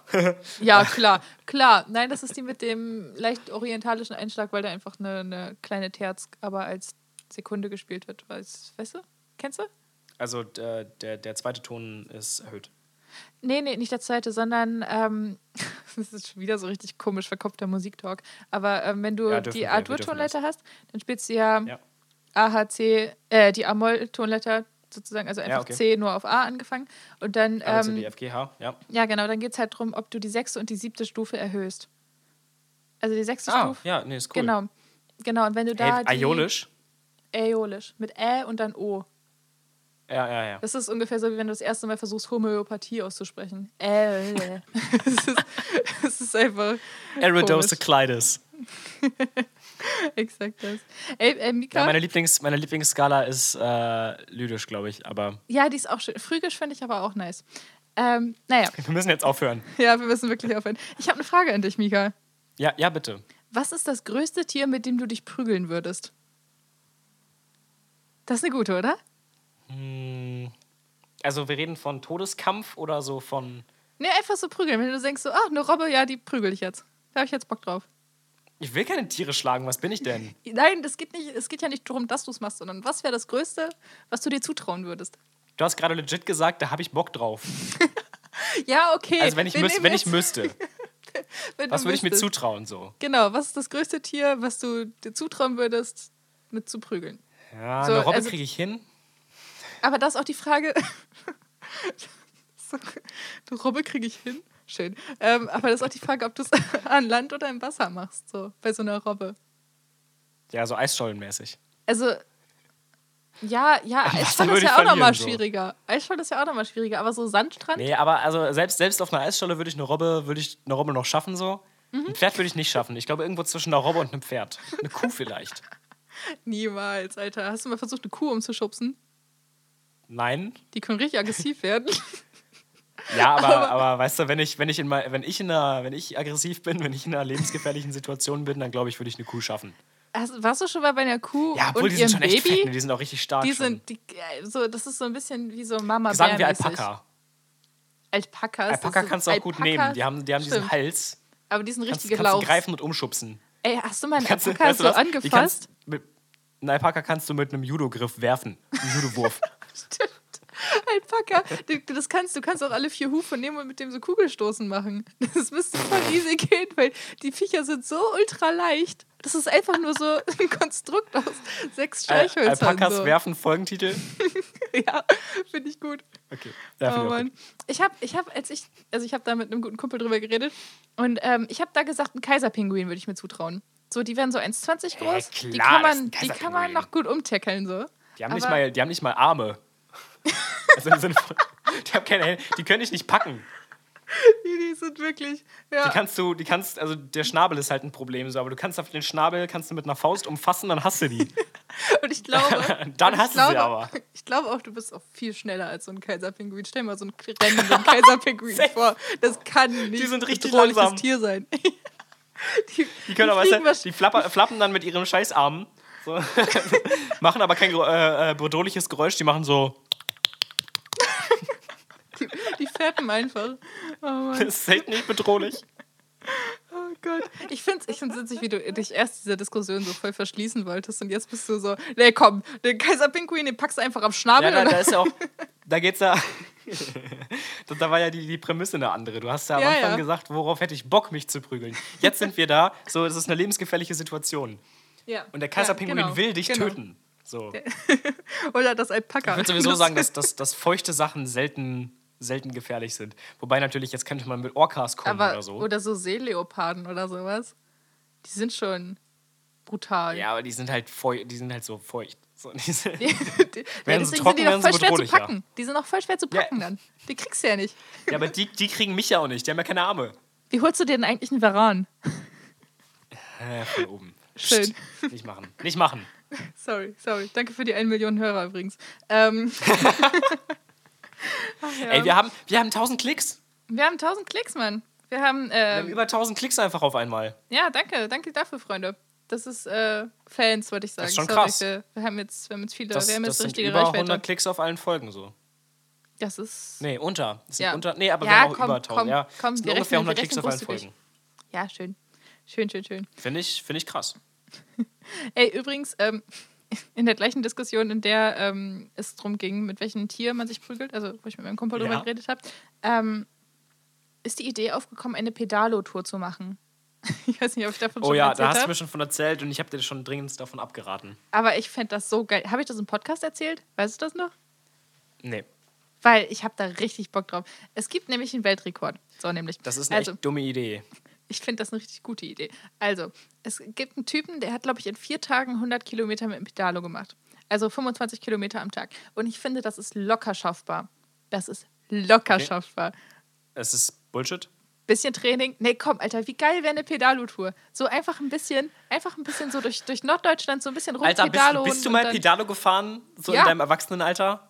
Speaker 2: Ja, klar, klar. Nein, das ist die mit dem leicht orientalischen Einschlag, weil da einfach eine, eine kleine Terz aber als Sekunde gespielt wird. Weißt, weißt du? Kennst du?
Speaker 1: Also der, der, der zweite Ton ist erhöht.
Speaker 2: Nee, nee, nicht der zweite, sondern ähm, das ist schon wieder so richtig komisch verkopfter Musiktalk. Aber ähm, wenn du
Speaker 1: Ja, dürfen
Speaker 2: die
Speaker 1: wir, wir dürfen
Speaker 2: A-Dur-Tonleiter hast, dann spielst du ja,
Speaker 1: Ja.
Speaker 2: AHC, äh, die A-Moll-Tonleiter sozusagen, also einfach
Speaker 1: okay.
Speaker 2: C nur auf A angefangen. Und dann,
Speaker 1: Also
Speaker 2: ähm,
Speaker 1: die FGH, ja.
Speaker 2: ja genau, dann geht es halt darum, ob du die sechste und die siebte Stufe erhöhst. Also die sechste
Speaker 1: Ah,
Speaker 2: Stufe.
Speaker 1: ja, nee, ist cool.
Speaker 2: Genau. Genau, und wenn du da.
Speaker 1: Hey,
Speaker 2: die-
Speaker 1: Ionisch?
Speaker 2: Äolisch. Mit Ä und dann O.
Speaker 1: Ja, ja, ja.
Speaker 2: Das ist ungefähr so, wie wenn du das erste Mal versuchst, Homöopathie auszusprechen. Äh, äh. es, ist, es ist einfach.
Speaker 1: Aerodosiclitis.
Speaker 2: Exakt das. Ey, äh, Mika?
Speaker 1: Ja, meine, Lieblings, meine Lieblingsskala ist äh, lydisch, glaube ich, aber
Speaker 2: Ja, die ist auch schön. Phrygisch finde ich aber auch nice. Ähm, naja,
Speaker 1: wir müssen jetzt aufhören.
Speaker 2: ja, wir müssen wirklich aufhören. Ich habe eine Frage an dich, Mika.
Speaker 1: Ja, ja, bitte.
Speaker 2: Was ist das größte Tier, mit dem du dich prügeln würdest? Das ist eine gute, oder?
Speaker 1: Also wir reden von Todeskampf oder so von.
Speaker 2: Ne, einfach so prügeln. Wenn du denkst, so, ach, eine Robbe, ja, die prügel ich jetzt. Da habe ich jetzt Bock drauf.
Speaker 1: Ich will keine Tiere schlagen, was bin ich denn?
Speaker 2: Nein, das geht nicht, es geht ja nicht darum, dass du es machst, sondern was wäre das Größte, was du dir zutrauen würdest?
Speaker 1: Du hast gerade legit gesagt, da habe ich Bock drauf.
Speaker 2: Ja, okay.
Speaker 1: Also wenn ich,
Speaker 2: wir
Speaker 1: müß,
Speaker 2: nehmen
Speaker 1: wenn ich
Speaker 2: jetzt-
Speaker 1: müsste,
Speaker 2: wenn du
Speaker 1: was würde ich mir
Speaker 2: müsstest.
Speaker 1: zutrauen so?
Speaker 2: Genau, was ist das größte Tier, was du dir zutrauen würdest, mit zu prügeln?
Speaker 1: Ja,
Speaker 2: So,
Speaker 1: eine Robbe
Speaker 2: also-
Speaker 1: kriege ich hin.
Speaker 2: Aber da ist auch die Frage. so, eine Robbe kriege ich hin. Schön. Ähm, aber das ist auch die Frage, ob du es an Land oder im Wasser machst, so bei so einer Robbe.
Speaker 1: Ja, so eisschollenmäßig.
Speaker 2: Also, ja, ja,
Speaker 1: Im Wasser
Speaker 2: Eisschall
Speaker 1: würde
Speaker 2: ist
Speaker 1: ich
Speaker 2: ja auch
Speaker 1: verlieren,
Speaker 2: nochmal
Speaker 1: so.
Speaker 2: schwieriger. Eisschall ist ja auch nochmal schwieriger, aber so Sandstrand,
Speaker 1: Nee, aber also selbst, selbst auf einer Eisscholle würde ich eine Robbe, würde ich eine Robbe noch schaffen so. Ein Pferd würde ich nicht schaffen. Ich glaube, irgendwo zwischen einer Robbe und einem Pferd. Eine Kuh vielleicht.
Speaker 2: niemals, Alter. Hast du mal versucht, eine Kuh umzuschubsen?
Speaker 1: Nein.
Speaker 2: Die können richtig aggressiv werden.
Speaker 1: Ja, aber, aber, weißt du, wenn ich, wenn ich in mal, wenn ich in einer, wenn ich aggressiv bin, wenn ich in einer lebensgefährlichen Situation bin, dann glaube ich, würde ich eine Kuh schaffen.
Speaker 2: Hast, warst du schon mal bei einer Kuh
Speaker 1: Ja, obwohl
Speaker 2: und
Speaker 1: die
Speaker 2: ihrem
Speaker 1: sind schon
Speaker 2: Baby?
Speaker 1: echt fett, ne? die sind auch richtig stark.
Speaker 2: Die
Speaker 1: schon.
Speaker 2: sind, die, äh, so, das ist so ein bisschen wie so mama
Speaker 1: sagen wir
Speaker 2: Bär mäßig.
Speaker 1: Alpaka.
Speaker 2: Alpakas. das
Speaker 1: Alpaka
Speaker 2: sind
Speaker 1: kannst du auch gut
Speaker 2: Alpakas,
Speaker 1: nehmen. Die haben, die haben diesen
Speaker 2: stimmt.
Speaker 1: Hals.
Speaker 2: Aber die sind
Speaker 1: Kannst,
Speaker 2: richtige
Speaker 1: kannst du
Speaker 2: Lauchs.
Speaker 1: greifen und umschubsen.
Speaker 2: Ey, hast du mal einen
Speaker 1: Kannst,
Speaker 2: Alpaka so
Speaker 1: was? Die
Speaker 2: angefasst?
Speaker 1: Kannst, mit, einen Alpaka kannst du mit einem Judo-Griff werfen. Einen Judo-Wurf.
Speaker 2: Stimmt. Alpaka. Du, du- das kannst, du kannst auch alle vier Hufe nehmen und mit dem so Kugelstoßen machen. Das müsste voll easy gehen, weil die Viecher sind so ultra leicht. Das ist einfach nur so ein Konstrukt aus sechs
Speaker 1: Al-
Speaker 2: Streichhölzern.
Speaker 1: Äh, Alpakas
Speaker 2: so.
Speaker 1: werfen, Folgentitel.
Speaker 2: Ja, finde ich gut.
Speaker 1: Okay. Ja, finde
Speaker 2: oh
Speaker 1: ich auch
Speaker 2: Mann.
Speaker 1: gut.
Speaker 2: Ich habe, ich hab, als ich, also ich habe da mit einem guten Kumpel drüber geredet und ähm, ich habe da gesagt, einen Kaiserpinguin würde ich mir zutrauen. So, die werden so 1,20
Speaker 1: Ja,
Speaker 2: groß. die,
Speaker 1: klar,
Speaker 2: kann
Speaker 1: das ist ein
Speaker 2: man, die kann man
Speaker 1: Kaiserpinguin.
Speaker 2: noch gut umtackeln, so.
Speaker 1: die, haben nicht
Speaker 2: Aber-
Speaker 1: mal, die haben nicht mal Arme. Also im Sinne von, die, haben keine, Hände. die können dich nicht packen.
Speaker 2: Die, die sind wirklich,
Speaker 1: Die
Speaker 2: ja.
Speaker 1: kannst du, die kannst, also der Schnabel ist halt ein Problem, so, aber du kannst auf den Schnabel kannst du mit einer Faust umfassen, dann hast du die.
Speaker 2: Und ich glaube.
Speaker 1: Dann
Speaker 2: und
Speaker 1: hast
Speaker 2: ich
Speaker 1: du sie
Speaker 2: glaube,
Speaker 1: aber.
Speaker 2: Ich glaube auch, du bist auch viel schneller als so ein Kaiserpinguin. Stell dir mal so einen rennenden Kaiserpinguin vor. Das kann nicht
Speaker 1: sind
Speaker 2: ein
Speaker 1: richtig
Speaker 2: bedrohliches
Speaker 1: langsam.
Speaker 2: Tier sein. die,
Speaker 1: Die können aber, weißt
Speaker 2: fliegen
Speaker 1: du, die flapper, flappen dann mit ihrem Scheißarm. So. machen aber kein Geräu- äh, äh, bedrohliches Geräusch, die machen so.
Speaker 2: Die, die fappen einfach. Oh Mann,
Speaker 1: Das ist echt nicht bedrohlich.
Speaker 2: oh Gott. Ich finde es ich find's witzig, wie du dich erst dieser Diskussion so voll verschließen wolltest und jetzt bist du so, nee, komm, den Kaiserpinguin, den packst du einfach am
Speaker 1: Ja,
Speaker 2: Schnabel.
Speaker 1: da, da
Speaker 2: oder?
Speaker 1: ist ja auch. Da geht's ja. da, da war ja die, die Prämisse eine andere. Du hast ja am
Speaker 2: Ja,
Speaker 1: Anfang
Speaker 2: ja.
Speaker 1: gesagt, worauf hätte ich Bock, mich zu prügeln. Jetzt sind wir da, so, es ist eine lebensgefährliche Situation.
Speaker 2: ja.
Speaker 1: Und der Kaiserpinguin
Speaker 2: ja, genau,
Speaker 1: will dich
Speaker 2: genau.
Speaker 1: töten. So.
Speaker 2: Oder das Alpaka.
Speaker 1: Ich würde sowieso sagen, dass, dass, dass feuchte Sachen selten, selten gefährlich sind. Wobei natürlich, jetzt könnte man mit Orcas kommen
Speaker 2: Aber,
Speaker 1: oder so.
Speaker 2: Oder so Seeleoparden oder sowas. Die sind schon brutal.
Speaker 1: ja, aber die sind halt feucht, die sind halt so feucht. So, die sind,
Speaker 2: Die, die,
Speaker 1: Wären
Speaker 2: ja,
Speaker 1: sie
Speaker 2: deswegen
Speaker 1: trocken,
Speaker 2: sind die
Speaker 1: wären sie
Speaker 2: doch voll schwer zu
Speaker 1: bedrohlicher.
Speaker 2: packen. Die sind auch voll schwer zu
Speaker 1: Ja.
Speaker 2: packen dann. Die kriegst du ja nicht.
Speaker 1: Ja, aber die, die kriegen mich ja auch nicht. Die haben ja keine Arme.
Speaker 2: Wie holst du dir denn eigentlich einen Varan?
Speaker 1: Äh, von oben.
Speaker 2: Schön.
Speaker 1: Psst, nicht machen. Nicht machen.
Speaker 2: Sorry, sorry. Danke für die 1 Million Hörer übrigens. Ähm, Ach ja.
Speaker 1: Ey, wir haben, wir haben 1000 Klicks.
Speaker 2: wir haben 1000 Klicks, Mann. Wir haben,
Speaker 1: Wir haben
Speaker 2: ähm,
Speaker 1: über 1000 Klicks einfach auf einmal.
Speaker 2: ja, danke, danke dafür, Freunde. Das ist äh, Fans, wollte ich sagen.
Speaker 1: Das ist schon
Speaker 2: Sorry,
Speaker 1: krass.
Speaker 2: Wir, wir haben jetzt, wir haben jetzt viele,
Speaker 1: Das,
Speaker 2: wir haben
Speaker 1: das
Speaker 2: jetzt
Speaker 1: sind
Speaker 2: richtige
Speaker 1: über
Speaker 2: Reichweite.
Speaker 1: 100 Klicks auf allen Folgen so.
Speaker 2: Das ist,
Speaker 1: Nee, unter. Das sind
Speaker 2: Ja.
Speaker 1: unter. Nee, aber
Speaker 2: Ja,
Speaker 1: wir haben auch
Speaker 2: komm,
Speaker 1: über 1000.
Speaker 2: komm,
Speaker 1: ja,
Speaker 2: komm,
Speaker 1: das sind
Speaker 2: wir
Speaker 1: ungefähr
Speaker 2: rechnen- wir
Speaker 1: 100 Klicks auf
Speaker 2: rechnen
Speaker 1: allen Folgen.
Speaker 2: ja, schön. Schön, schön, schön.
Speaker 1: Finde ich, find ich krass.
Speaker 2: Ey, übrigens, ähm, in der gleichen Diskussion, in der ähm, es darum ging, mit welchem Tier man sich prügelt, also wo ich mit meinem Kumpel
Speaker 1: Ja.
Speaker 2: drüber geredet habe, ähm, ist die Idee aufgekommen, eine Pedalo-Tour zu machen. ich weiß nicht, ob ich davon
Speaker 1: Oh
Speaker 2: schon
Speaker 1: ja, da
Speaker 2: erzählt
Speaker 1: hast du
Speaker 2: habe.
Speaker 1: mir schon von erzählt und ich habe dir schon dringend davon abgeraten.
Speaker 2: Aber ich fände das so geil. Habe ich das im Podcast erzählt? Weißt du das noch?
Speaker 1: Nee,
Speaker 2: Weil ich habe da richtig Bock drauf. Es gibt nämlich einen Weltrekord. So nämlich.
Speaker 1: das ist eine
Speaker 2: also,
Speaker 1: echt dumme Idee.
Speaker 2: Ich finde das eine richtig gute Idee. Also, es gibt einen Typen, der hat, glaube ich, in vier Tagen 100 Kilometer mit dem Pedalo gemacht. Also 25 Kilometer am Tag. Und ich finde, das ist locker schaffbar. Das ist locker
Speaker 1: Okay.
Speaker 2: schaffbar.
Speaker 1: Es ist Bullshit.
Speaker 2: Bisschen Training. Nee, komm, Alter, wie geil wäre eine Pedalu-Tour? So einfach ein bisschen, einfach ein bisschen so durch, durch Norddeutschland, so ein bisschen
Speaker 1: Alter, bist,
Speaker 2: rumpedaloen.
Speaker 1: bist du
Speaker 2: und
Speaker 1: mal
Speaker 2: dann-
Speaker 1: Pedalo gefahren? So
Speaker 2: Ja.
Speaker 1: in deinem Erwachsenenalter?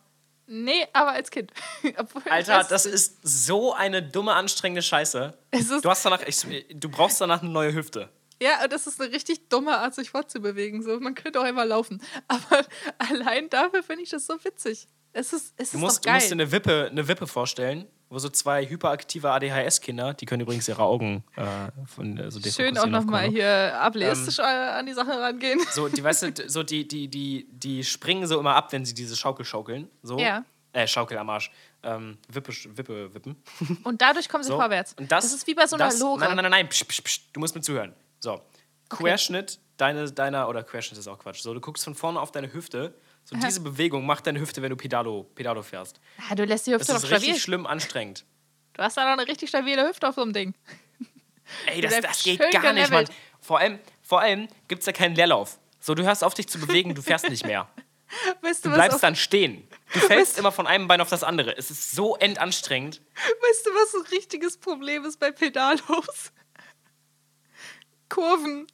Speaker 2: Nee, aber als Kind. Obwohl,
Speaker 1: Alter,
Speaker 2: es-
Speaker 1: das ist so eine dumme, anstrengende Scheiße.
Speaker 2: Es ist-
Speaker 1: Du, hast danach, ich, du brauchst danach eine neue Hüfte.
Speaker 2: Ja, und das ist eine richtig dumme Art, sich fortzubewegen. So, man könnte auch immer laufen. Aber allein dafür finde ich das so witzig. Es ist, es
Speaker 1: Du
Speaker 2: ist
Speaker 1: musst,
Speaker 2: doch
Speaker 1: du
Speaker 2: geil.
Speaker 1: musst dir eine Wippe, eine Wippe vorstellen, wo so zwei hyperaktive ADHS-Kinder, die können übrigens ihre Augen äh, von äh, so
Speaker 2: Schön
Speaker 1: defokussieren
Speaker 2: auch
Speaker 1: auf
Speaker 2: nochmal
Speaker 1: Corona.
Speaker 2: hier ableistisch äh, an die Sache rangehen.
Speaker 1: Ähm, So, die, weißt du, d- so die, die, die, die springen so immer ab, wenn sie diese Schaukel schaukeln. So.
Speaker 2: Ja.
Speaker 1: Äh, Schaukel am Arsch. Ähm, Wippe, sch- Wippe, Wippen.
Speaker 2: Und dadurch kommen sie
Speaker 1: So.
Speaker 2: Also vorwärts.
Speaker 1: Und das,
Speaker 2: ist wie bei so einer
Speaker 1: das,
Speaker 2: Lore.
Speaker 1: Nein, nein, nein, nein. Psch, psch, psch, du musst mir zuhören. So. Querschnitt deine, deiner, oder Querschnitt ist auch Quatsch. So, du guckst von vorne auf deine Hüfte. So, diese Bewegung macht deine Hüfte, wenn du Pedalo, Pedalo fährst.
Speaker 2: Ah, du lässt die
Speaker 1: Das
Speaker 2: Hüfte
Speaker 1: ist
Speaker 2: doch stabil.
Speaker 1: richtig schlimm anstrengend.
Speaker 2: Du hast da noch eine richtig stabile Hüfte auf so einem Ding.
Speaker 1: Ey, das,
Speaker 2: Bleibt
Speaker 1: das geht
Speaker 2: schön
Speaker 1: gar nicht, Mann.
Speaker 2: gelevelt.
Speaker 1: Vor allem, vor allem gibt es ja keinen Leerlauf. So, du hörst auf, dich zu bewegen, du fährst nicht mehr.
Speaker 2: Weißt
Speaker 1: Du
Speaker 2: was
Speaker 1: bleibst
Speaker 2: auch-
Speaker 1: dann stehen. Du fällst immer von einem Bein auf das andere. Es ist so endanstrengend.
Speaker 2: Weißt du, was ein richtiges Problem ist bei Pedalos? Kurven.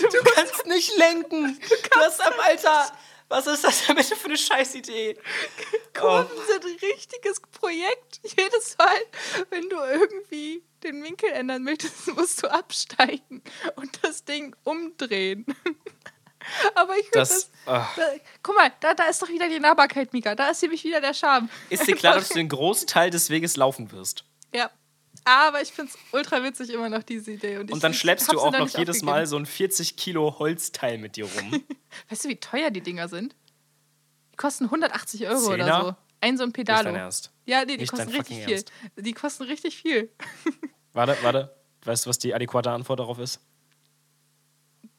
Speaker 1: Du kannst nicht lenken. Du kannst am Alter. Was ist das denn bitte für eine Scheißidee? Oh,
Speaker 2: Kurven sind ein richtiges Projekt. Jedes Mal, wenn du irgendwie den Winkel ändern möchtest, musst du absteigen und das Ding umdrehen. Aber ich
Speaker 1: Das- ah. ach.
Speaker 2: das, das, da, Guck mal, da, da ist doch wieder die Nahbarkeit, Mika. Da ist nämlich wieder der Charme.
Speaker 1: Ist dir klar, dass du den großen Teil des Weges laufen wirst?
Speaker 2: Ja. Aber ich find's ultra witzig immer noch, diese Idee. Und, ich,
Speaker 1: Und dann
Speaker 2: ich
Speaker 1: schleppst
Speaker 2: hab
Speaker 1: du
Speaker 2: sie
Speaker 1: auch noch
Speaker 2: nicht
Speaker 1: jedes
Speaker 2: aufgegeben.
Speaker 1: Mal so ein 40 Kilo Holzteil mit dir rum.
Speaker 2: Weißt du, wie teuer die Dinger sind? Die kosten 180 Euro
Speaker 1: Zehner?
Speaker 2: oder so. Ein so ein
Speaker 1: dein
Speaker 2: Pedalo.
Speaker 1: Ernst?
Speaker 2: Ja, nee, die
Speaker 1: Nicht
Speaker 2: kosten
Speaker 1: dein
Speaker 2: richtig
Speaker 1: fucking
Speaker 2: viel. Die kosten richtig viel.
Speaker 1: Warte, warte. Weißt du, was die adäquate Antwort darauf ist?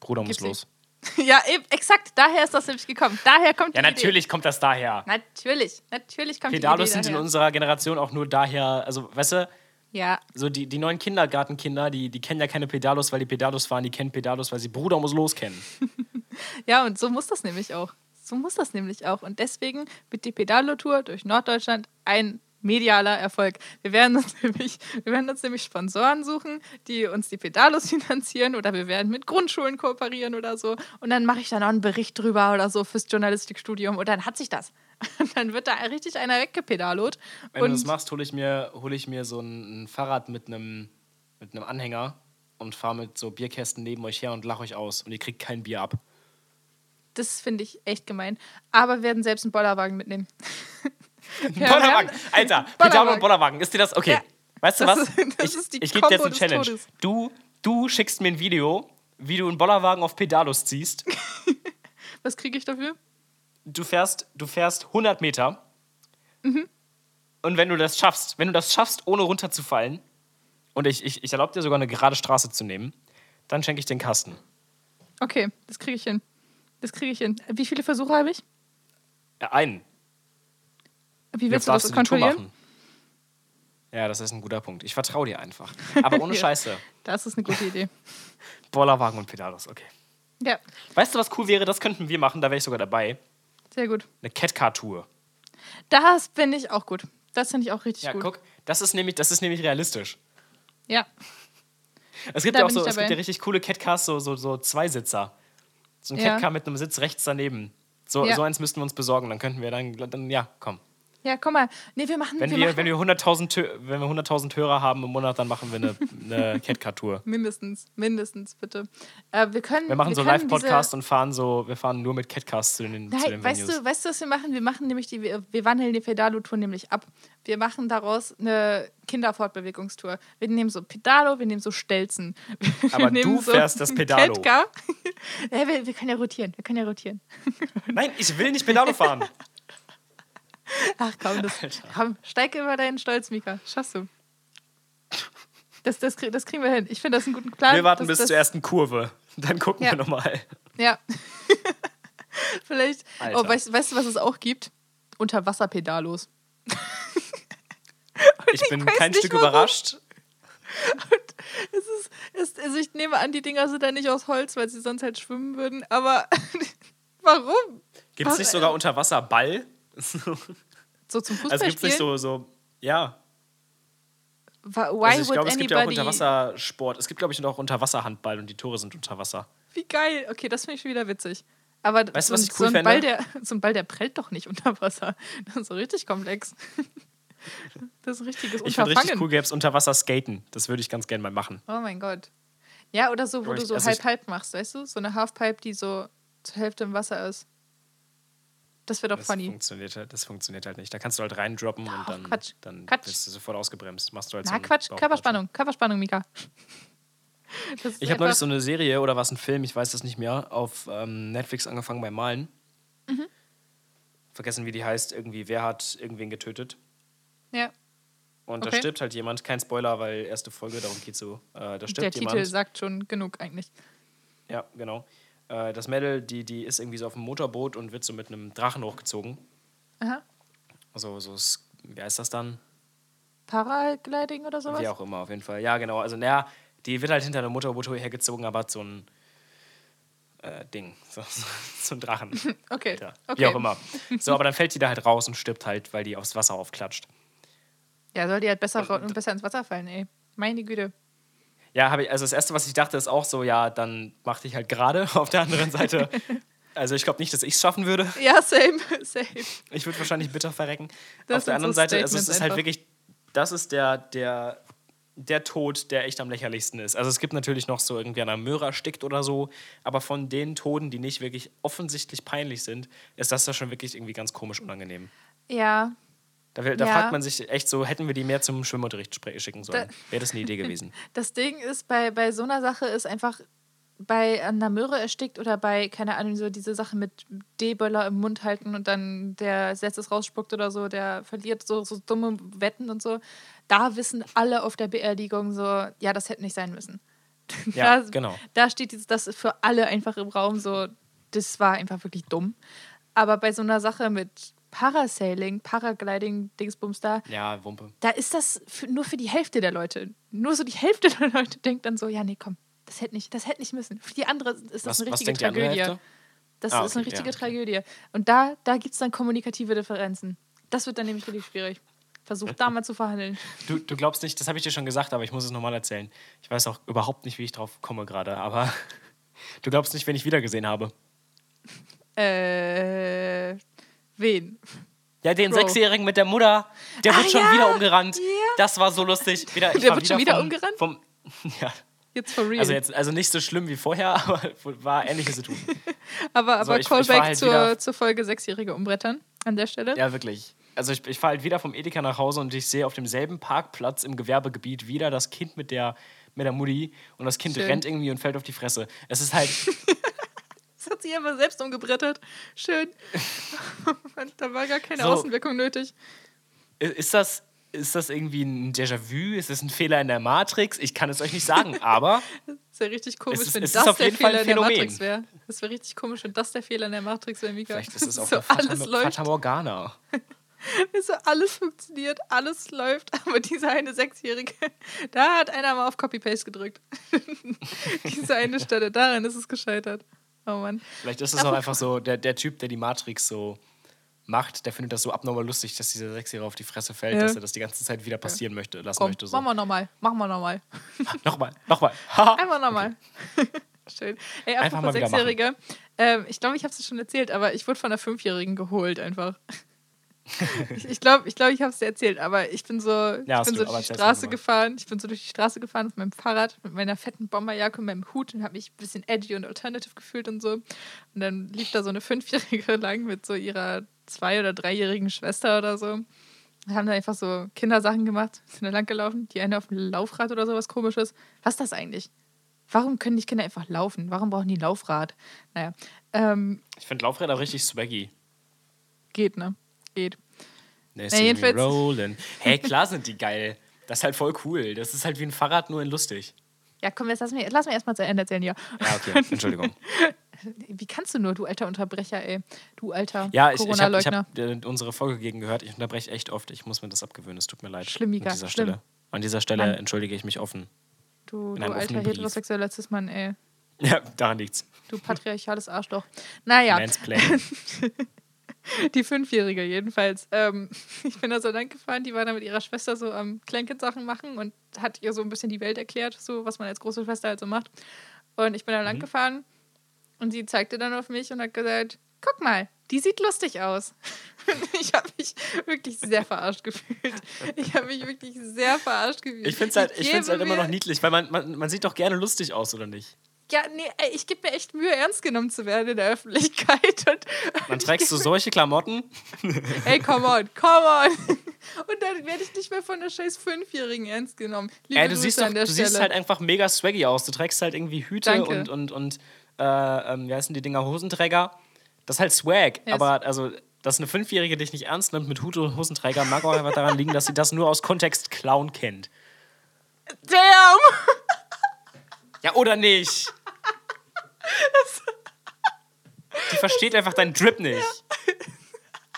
Speaker 1: Bruder muss
Speaker 2: Gib sie.
Speaker 1: los.
Speaker 2: Ja, eben, exakt. Daher ist das nämlich gekommen. Daher kommt
Speaker 1: Ja,
Speaker 2: die
Speaker 1: natürlich kommt das daher.
Speaker 2: Idee. Natürlich. Natürlich kommt
Speaker 1: Pedalos
Speaker 2: die Idee
Speaker 1: sind in
Speaker 2: daher.
Speaker 1: unserer Generation auch nur daher, also weißt du,
Speaker 2: Ja,
Speaker 1: so die, die neuen Kindergartenkinder, die, die kennen ja keine Pedalos, weil die Pedalos fahren, die kennen Pedalos, weil sie Bruder muss los kennen.
Speaker 2: ja, und so muss das nämlich auch. So muss das nämlich auch. Und deswegen wird die Pedalo-Tour durch Norddeutschland ein medialer Erfolg. Wir werden, uns nämlich, wir werden uns nämlich Sponsoren suchen, die uns die Pedalos finanzieren oder wir werden mit Grundschulen kooperieren oder so. Und dann mache ich da noch einen Bericht drüber oder so fürs Journalistikstudium und dann hat sich das. Und dann wird da richtig einer weggepedalot.
Speaker 1: Wenn
Speaker 2: und
Speaker 1: du das machst, hole ich mir, hol ich mir so ein, ein Fahrrad mit einem mit einem Anhänger und fahre mit so Bierkästen neben euch her und lach euch aus und ihr kriegt kein Bier ab.
Speaker 2: Das finde ich echt gemein. Aber wir werden selbst einen Bollerwagen mitnehmen. Ja,
Speaker 1: Bollerwagen,
Speaker 2: wir haben-
Speaker 1: Alter, Pedalo
Speaker 2: Bollerwagen.
Speaker 1: und Bollerwagen, ist dir das okay?
Speaker 2: Ja.
Speaker 1: Weißt du
Speaker 2: Das
Speaker 1: was?
Speaker 2: ist- das
Speaker 1: ich
Speaker 2: ist die
Speaker 1: ich gebe dir jetzt
Speaker 2: Kombo
Speaker 1: eine
Speaker 2: des
Speaker 1: Challenge.
Speaker 2: Todes.
Speaker 1: Du du schickst mir ein Video, wie du einen Bollerwagen auf Pedalos ziehst.
Speaker 2: Was kriege ich dafür?
Speaker 1: du fährst, du fährst 100 Meter. Und wenn du das schaffst, wenn du das schaffst, ohne runterzufallen, und ich, ich, ich erlaube dir sogar eine gerade Straße zu nehmen, dann schenke ich den Kasten.
Speaker 2: Okay, das kriege ich hin. Das kriege ich hin. Wie viele Versuche habe ich?
Speaker 1: Ja, Äh, einen.
Speaker 2: Wie
Speaker 1: Jetzt
Speaker 2: willst du das
Speaker 1: darfst die Tour
Speaker 2: kontrollieren?
Speaker 1: machen. Ja, das ist ein guter Punkt. Ich vertraue dir einfach. Aber ohne
Speaker 2: Ja.
Speaker 1: Scheiße.
Speaker 2: Das ist eine gute Idee.
Speaker 1: Bollerwagen und Pedalos, okay.
Speaker 2: Ja,
Speaker 1: Weißt du, was cool wäre? Das könnten wir machen, da wäre ich sogar dabei.
Speaker 2: sehr gut.
Speaker 1: Eine Catcar-Tour.
Speaker 2: Das finde ich auch gut. Das finde ich auch richtig
Speaker 1: Ja,
Speaker 2: gut.
Speaker 1: guck, das ist, nämlich, das ist nämlich realistisch.
Speaker 2: Ja,
Speaker 1: Es gibt
Speaker 2: Da
Speaker 1: ja auch
Speaker 2: bin
Speaker 1: so,
Speaker 2: ich
Speaker 1: es gibt
Speaker 2: dabei.
Speaker 1: ja richtig coole Catcars, so, so, so Zweisitzer. So ein
Speaker 2: Ja.
Speaker 1: Catcar mit einem Sitz rechts daneben. So,
Speaker 2: Ja.
Speaker 1: so eins müssten wir uns besorgen, dann könnten wir dann, dann ja, komm.
Speaker 2: ja, komm mal. Nee, wir machen,
Speaker 1: Wenn
Speaker 2: wir
Speaker 1: wir,
Speaker 2: machen
Speaker 1: wenn wir 100.000 Tö- wenn wir 100.000 Hörer haben im Monat, dann machen wir eine, eine Catcar-Tour.
Speaker 2: mindestens, mindestens, bitte. Äh, wir können.
Speaker 1: Wir machen so
Speaker 2: können
Speaker 1: Live-Podcasts und fahren so, wir fahren nur mit Catcars zu den, zu
Speaker 2: Nein,
Speaker 1: den
Speaker 2: weißt
Speaker 1: Venues.
Speaker 2: du, weißt du, was wir machen? Wir machen nämlich die, wir wir wandeln die Pedalo-Tour nämlich ab. Wir machen daraus eine Kinderfortbewegungstour. Wir nehmen so Pedalo, wir nehmen so Stelzen. Wir
Speaker 1: Aber
Speaker 2: nehmen
Speaker 1: du fährst das Pedalo.
Speaker 2: Ketka. ja, wir, wir können ja rotieren, wir können ja rotieren.
Speaker 1: Nein, ich will nicht Pedalo fahren.
Speaker 2: Ach komm, das, komm steig über deinen Stolz, Mika. Schaffst du. Das, das, krieg- das kriegen wir hin. Ich finde das einen guten Plan.
Speaker 1: Wir warten
Speaker 2: das,
Speaker 1: bis
Speaker 2: das,
Speaker 1: zur ersten Kurve. Dann gucken
Speaker 2: Ja.
Speaker 1: wir nochmal.
Speaker 2: Ja. Vielleicht.
Speaker 1: Alter.
Speaker 2: Oh, weißt, weißt du, was es auch gibt? Unterwasserpedalos.
Speaker 1: Ich bin
Speaker 2: weiß
Speaker 1: kein
Speaker 2: nicht,
Speaker 1: Stück
Speaker 2: warum.
Speaker 1: überrascht.
Speaker 2: Und Es ist, es, also ich nehme an, die Dinger sind da nicht aus Holz, weil sie sonst halt schwimmen würden, aber warum?
Speaker 1: Gibt es nicht sogar unter Wasser Ball?
Speaker 2: So zum
Speaker 1: Also
Speaker 2: Fußballspielen?
Speaker 1: gibt es nicht so, so ja.
Speaker 2: Wa- Why
Speaker 1: Also ich
Speaker 2: would
Speaker 1: glaube, es gibt ja auch
Speaker 2: anybody...
Speaker 1: Unterwassersport. Es gibt, glaube ich, auch Unterwasserhandball und die Tore sind unter Wasser.
Speaker 2: Wie geil. Okay, das finde ich schon wieder witzig. Aber
Speaker 1: Weißt du,
Speaker 2: so, ein-
Speaker 1: was ich cool
Speaker 2: so, ein Ball,
Speaker 1: fände?
Speaker 2: der, so ein Ball, der prellt doch nicht unter Wasser. Das ist so richtig komplex. Das ist ein richtiges
Speaker 1: Ich finde
Speaker 2: Unterfangen.
Speaker 1: richtig cool, gäbe es Unterwasser skaten. Das würde ich ganz gerne mal machen.
Speaker 2: Oh mein Gott. Ja, oder so, wo
Speaker 1: Aber
Speaker 2: du
Speaker 1: ich-
Speaker 2: so
Speaker 1: also ich-
Speaker 2: halb-halb machst, weißt du? So eine Halfpipe, die so zur Hälfte im Wasser ist. Das wäre doch
Speaker 1: Das
Speaker 2: funny.
Speaker 1: funktioniert, halt- das funktioniert halt nicht. Da kannst du halt reindroppen
Speaker 2: Doch,
Speaker 1: und dann,
Speaker 2: Quatsch.
Speaker 1: dann
Speaker 2: Quatsch.
Speaker 1: bist du sofort ausgebremst. Machst du halt so
Speaker 2: Na,
Speaker 1: einen
Speaker 2: Quatsch.
Speaker 1: Bauch-
Speaker 2: Körperspannung. Körperspannung, Mika. Das ist
Speaker 1: Ich habe neulich
Speaker 2: einfach-
Speaker 1: so eine Serie oder war es ein Film, ich weiß das nicht mehr, auf ähm, Netflix angefangen beim Malen.
Speaker 2: Mhm.
Speaker 1: Vergessen, wie die heißt. Irgendwie, wer hat irgendwen getötet?
Speaker 2: Ja,
Speaker 1: Und da
Speaker 2: Okay.
Speaker 1: stirbt halt jemand. Kein Spoiler, weil erste Folge, darum geht's so. Äh, da
Speaker 2: der
Speaker 1: stirbt
Speaker 2: Titel
Speaker 1: jemand.
Speaker 2: sagt schon genug eigentlich.
Speaker 1: Ja, genau. Äh, das Mädel, die, die ist irgendwie so auf dem Motorboot und wird so mit einem Drachen hochgezogen.
Speaker 2: Aha.
Speaker 1: Also, so, s- wie heißt das dann?
Speaker 2: Paragliding oder sowas?
Speaker 1: Wie auch immer, auf jeden Fall. Ja, genau. Also, naja, die wird halt hinter einem Motorboot hergezogen, aber hat so ein äh, Ding. So, so, so ein Drachen.
Speaker 2: Okay.
Speaker 1: Alter.
Speaker 2: okay.
Speaker 1: Wie auch immer. So, aber dann fällt die da halt raus und stirbt halt, weil die aufs Wasser aufklatscht.
Speaker 2: Ja, soll die halt besser, ra- besser ins Wasser fallen, ey. Meine Güte.
Speaker 1: Ja, habe ich. Also das erste, was ich dachte, ist auch so, ja, dann mach dich halt gerade auf der anderen Seite. Also ich glaube nicht, dass ich es schaffen würde.
Speaker 2: Ja, same, same.
Speaker 1: Ich würde wahrscheinlich bitter verrecken.
Speaker 2: Das
Speaker 1: auf der
Speaker 2: sind
Speaker 1: anderen
Speaker 2: so
Speaker 1: Seite, also es
Speaker 2: Statements
Speaker 1: ist halt
Speaker 2: einfach.
Speaker 1: wirklich, das ist der, der, der Tod, der echt am lächerlichsten ist. Also es gibt natürlich noch so irgendwie an einer Möhre erstickt oder so, aber von den Toten, die nicht wirklich offensichtlich peinlich sind, ist das da schon wirklich irgendwie ganz komisch unangenehm.
Speaker 2: Ja,
Speaker 1: Da, will- da
Speaker 2: Ja.
Speaker 1: fragt man sich echt so, hätten wir die mehr zum Schwimmunterricht spre- schicken sollen?
Speaker 2: Da-
Speaker 1: Wäre das eine Idee gewesen.
Speaker 2: das Ding ist, bei, bei so einer Sache ist einfach bei an der Möhre erstickt oder bei, keine Ahnung, so diese Sache mit D-Böller im Mund halten und dann der als letztes rausspuckt oder so, der verliert so, so dumme Wetten und so. Da wissen alle auf der Beerdigung so, ja, das hätte nicht sein müssen.
Speaker 1: Ja,
Speaker 2: da,
Speaker 1: genau.
Speaker 2: Da steht jetzt das für alle einfach im Raum so, das war einfach wirklich dumm. Aber bei so einer Sache mit Parasailing, Paragliding, Dingsbums da,
Speaker 1: Ja, Wumpe.
Speaker 2: da ist das für, nur für die Hälfte der Leute. Nur so die Hälfte der Leute denkt dann so, ja, nee, komm, das hätte nicht, das hätte nicht müssen. Für die andere ist das
Speaker 1: Was,
Speaker 2: eine
Speaker 1: was
Speaker 2: richtige
Speaker 1: denkt die andere
Speaker 2: Tragödie.
Speaker 1: Hälfte?
Speaker 2: Das
Speaker 1: Ah,
Speaker 2: ist eine
Speaker 1: okay, ja,
Speaker 2: richtige
Speaker 1: okay.
Speaker 2: Tragödie. Und da, da gibt es dann kommunikative Differenzen. Das wird dann nämlich richtig schwierig. Versucht da mal zu verhandeln.
Speaker 1: Du, du glaubst nicht, das habe ich dir schon gesagt, aber ich muss es nochmal erzählen. Ich weiß auch überhaupt nicht, wie ich drauf komme gerade, aber du glaubst nicht, wen ich wiedergesehen habe.
Speaker 2: Äh, wen?
Speaker 1: Ja, den
Speaker 2: Bro.
Speaker 1: Sechsjährigen mit der Mutter, der wird
Speaker 2: Ah,
Speaker 1: schon
Speaker 2: ja,
Speaker 1: wieder umgerannt.
Speaker 2: ja.
Speaker 1: Das war so lustig. Wieder, ich
Speaker 2: Der
Speaker 1: war
Speaker 2: wird schon wieder umgerannt?
Speaker 1: Vom, ja,
Speaker 2: Jetzt for real.
Speaker 1: also, jetzt, also nicht so schlimm wie vorher, aber war ähnliche Situation.
Speaker 2: aber
Speaker 1: so,
Speaker 2: aber
Speaker 1: ich- ich war
Speaker 2: Callback
Speaker 1: halt
Speaker 2: zur,
Speaker 1: wieder-
Speaker 2: zur Folge Sechsjährige umbrettern an der Stelle.
Speaker 1: Ja, wirklich. Also ich, ich fahre halt wieder vom Edeka nach Hause und ich sehe auf demselben Parkplatz im Gewerbegebiet wieder das Kind mit der, mit der Mutti und das Kind
Speaker 2: Schön.
Speaker 1: rennt irgendwie und fällt auf die Fresse. Es ist halt,
Speaker 2: Das hat sich einfach selbst umgebrettert. Schön. Mann, da war gar keine
Speaker 1: So.
Speaker 2: Außenwirkung nötig.
Speaker 1: i- ist das, ist das irgendwie ein Déjà-vu? Ist das ein Fehler in der Matrix? Ich kann es euch nicht sagen, aber
Speaker 2: Das wäre richtig komisch,
Speaker 1: Es ist-
Speaker 2: wenn
Speaker 1: es ist
Speaker 2: das
Speaker 1: auf
Speaker 2: der
Speaker 1: jeden Fall
Speaker 2: Fehler
Speaker 1: ein
Speaker 2: in der
Speaker 1: Phänomen.
Speaker 2: Matrix wäre. Das wäre richtig komisch, wenn das der Fehler in der Matrix wäre, Mika.
Speaker 1: vielleicht ist es auch
Speaker 2: so
Speaker 1: eine Fata,
Speaker 2: alles läuft,
Speaker 1: Fata Morgana.
Speaker 2: so alles funktioniert, alles läuft, aber diese eine Sechsjährige, da hat einer mal auf Copy-Paste gedrückt. diese eine Stelle, daran ist es gescheitert. Oh Mann.
Speaker 1: Vielleicht ist es auch einfach so, der, der Typ, der die Matrix so macht, der findet das so abnormal lustig, dass dieser Sechsjährige auf die Fresse fällt,
Speaker 2: Ja.
Speaker 1: dass er das die ganze Zeit wieder passieren möchte, lassen
Speaker 2: Komm,
Speaker 1: möchte. So.
Speaker 2: machen wir nochmal, machen wir nochmal.
Speaker 1: Nochmal, nochmal. Haha.
Speaker 2: Einfach nochmal. Schön. Ey,
Speaker 1: Einfach
Speaker 2: apropos
Speaker 1: mal wieder machen.
Speaker 2: Sechsjährige. Ähm, ich glaube, ich habe es schon erzählt, aber ich wurde von einer Fünfjährigen geholt einfach. ich glaube, ich, glaube, ich, glaub, ich habe es dir erzählt, aber ich bin so, ich
Speaker 1: hast
Speaker 2: bin
Speaker 1: du, aber
Speaker 2: so durch die
Speaker 1: erzähl's
Speaker 2: Straße
Speaker 1: nochmal.
Speaker 2: gefahren. Ich bin so durch die Straße gefahren auf meinem Fahrrad mit meiner fetten Bomberjacke und meinem Hut und habe mich ein bisschen edgy und alternative gefühlt und so. Und dann lief da so eine Fünfjährige lang mit so ihrer zwei- oder dreijährigen Schwester oder so. Wir haben da einfach so Kindersachen gemacht, sind da lang gelaufen, die eine auf dem Laufrad oder sowas komisches. Was ist das eigentlich? Warum können nicht Kinder einfach laufen? Warum brauchen die ein Laufrad? Naja, ähm,
Speaker 1: Ich finde Laufräder richtig swaggy.
Speaker 2: geht, ne? Geht.
Speaker 1: They
Speaker 2: Na,
Speaker 1: see me
Speaker 2: jedenfalls-
Speaker 1: rolling. Hey, klar sind die geil. Das ist halt voll cool. Das ist halt wie ein Fahrrad, nur in lustig.
Speaker 2: Ja, komm, jetzt lass mich, lass mich erstmal zu Ende erzählen, ja.
Speaker 1: Ja, Ah, okay, Entschuldigung.
Speaker 2: Wie kannst du nur, du alter Unterbrecher, ey? Du alter
Speaker 1: Ja, ich, ich habe
Speaker 2: Corona-Leugner.
Speaker 1: hab, äh, unsere Folge gegen gehört. Ich unterbreche echt oft. Ich muss mir das abgewöhnen. Es tut mir leid.
Speaker 2: Schlimm, Mika,
Speaker 1: An dieser
Speaker 2: schlimm.
Speaker 1: Stelle. An dieser Stelle
Speaker 2: Mann.
Speaker 1: entschuldige ich mich offen. In
Speaker 2: Du, du
Speaker 1: einem
Speaker 2: alter
Speaker 1: offenen Brief.
Speaker 2: heterosexueller Mann, ey.
Speaker 1: Ja, daran liegt's.
Speaker 2: Du patriarchales Arschloch. Naja,
Speaker 1: Mansplaining.
Speaker 2: die Fünfjährige jedenfalls. Ähm, ich bin da so lang gefahren, die war da mit ihrer Schwester so am Kleinkind-Sachen machen und hat ihr so ein bisschen die Welt erklärt, so was man als große Schwester halt so macht. Und ich bin da lang
Speaker 1: Mhm.
Speaker 2: gefahren und sie zeigte dann auf mich und hat gesagt, guck mal, die sieht lustig aus. Und ich habe mich wirklich sehr verarscht gefühlt. Ich habe mich wirklich sehr verarscht gefühlt.
Speaker 1: Ich finde es halt, ich find's halt
Speaker 2: gebe
Speaker 1: immer noch
Speaker 2: mir-
Speaker 1: niedlich, weil man, man, man sieht doch gerne lustig aus, oder nicht?
Speaker 2: Ja, nee, ey, ich gebe mir echt Mühe, ernst genommen zu werden in der Öffentlichkeit. Und,
Speaker 1: Dann
Speaker 2: und ich
Speaker 1: trägst du solche Klamotten.
Speaker 2: Ey, come on, come on. Und dann werde ich nicht mehr von der scheiß Fünfjährigen ernst genommen. Liebe
Speaker 1: Ey, du
Speaker 2: Grüße
Speaker 1: siehst, doch,
Speaker 2: an der
Speaker 1: du
Speaker 2: Stelle.
Speaker 1: siehst halt einfach mega swaggy aus. Du trägst halt irgendwie Hüte
Speaker 2: Danke.
Speaker 1: und, und, und äh, ähm, wie heißen die Dinger, Hosenträger. Das ist halt Swag.
Speaker 2: Yes.
Speaker 1: Aber also, dass eine Fünfjährige dich nicht ernst nimmt mit Hut und Hosenträger, mag auch einfach daran liegen, dass sie das nur aus Kontext Clown kennt.
Speaker 2: Damn!
Speaker 1: Ja, oder nicht? Die versteht einfach deinen Drip nicht.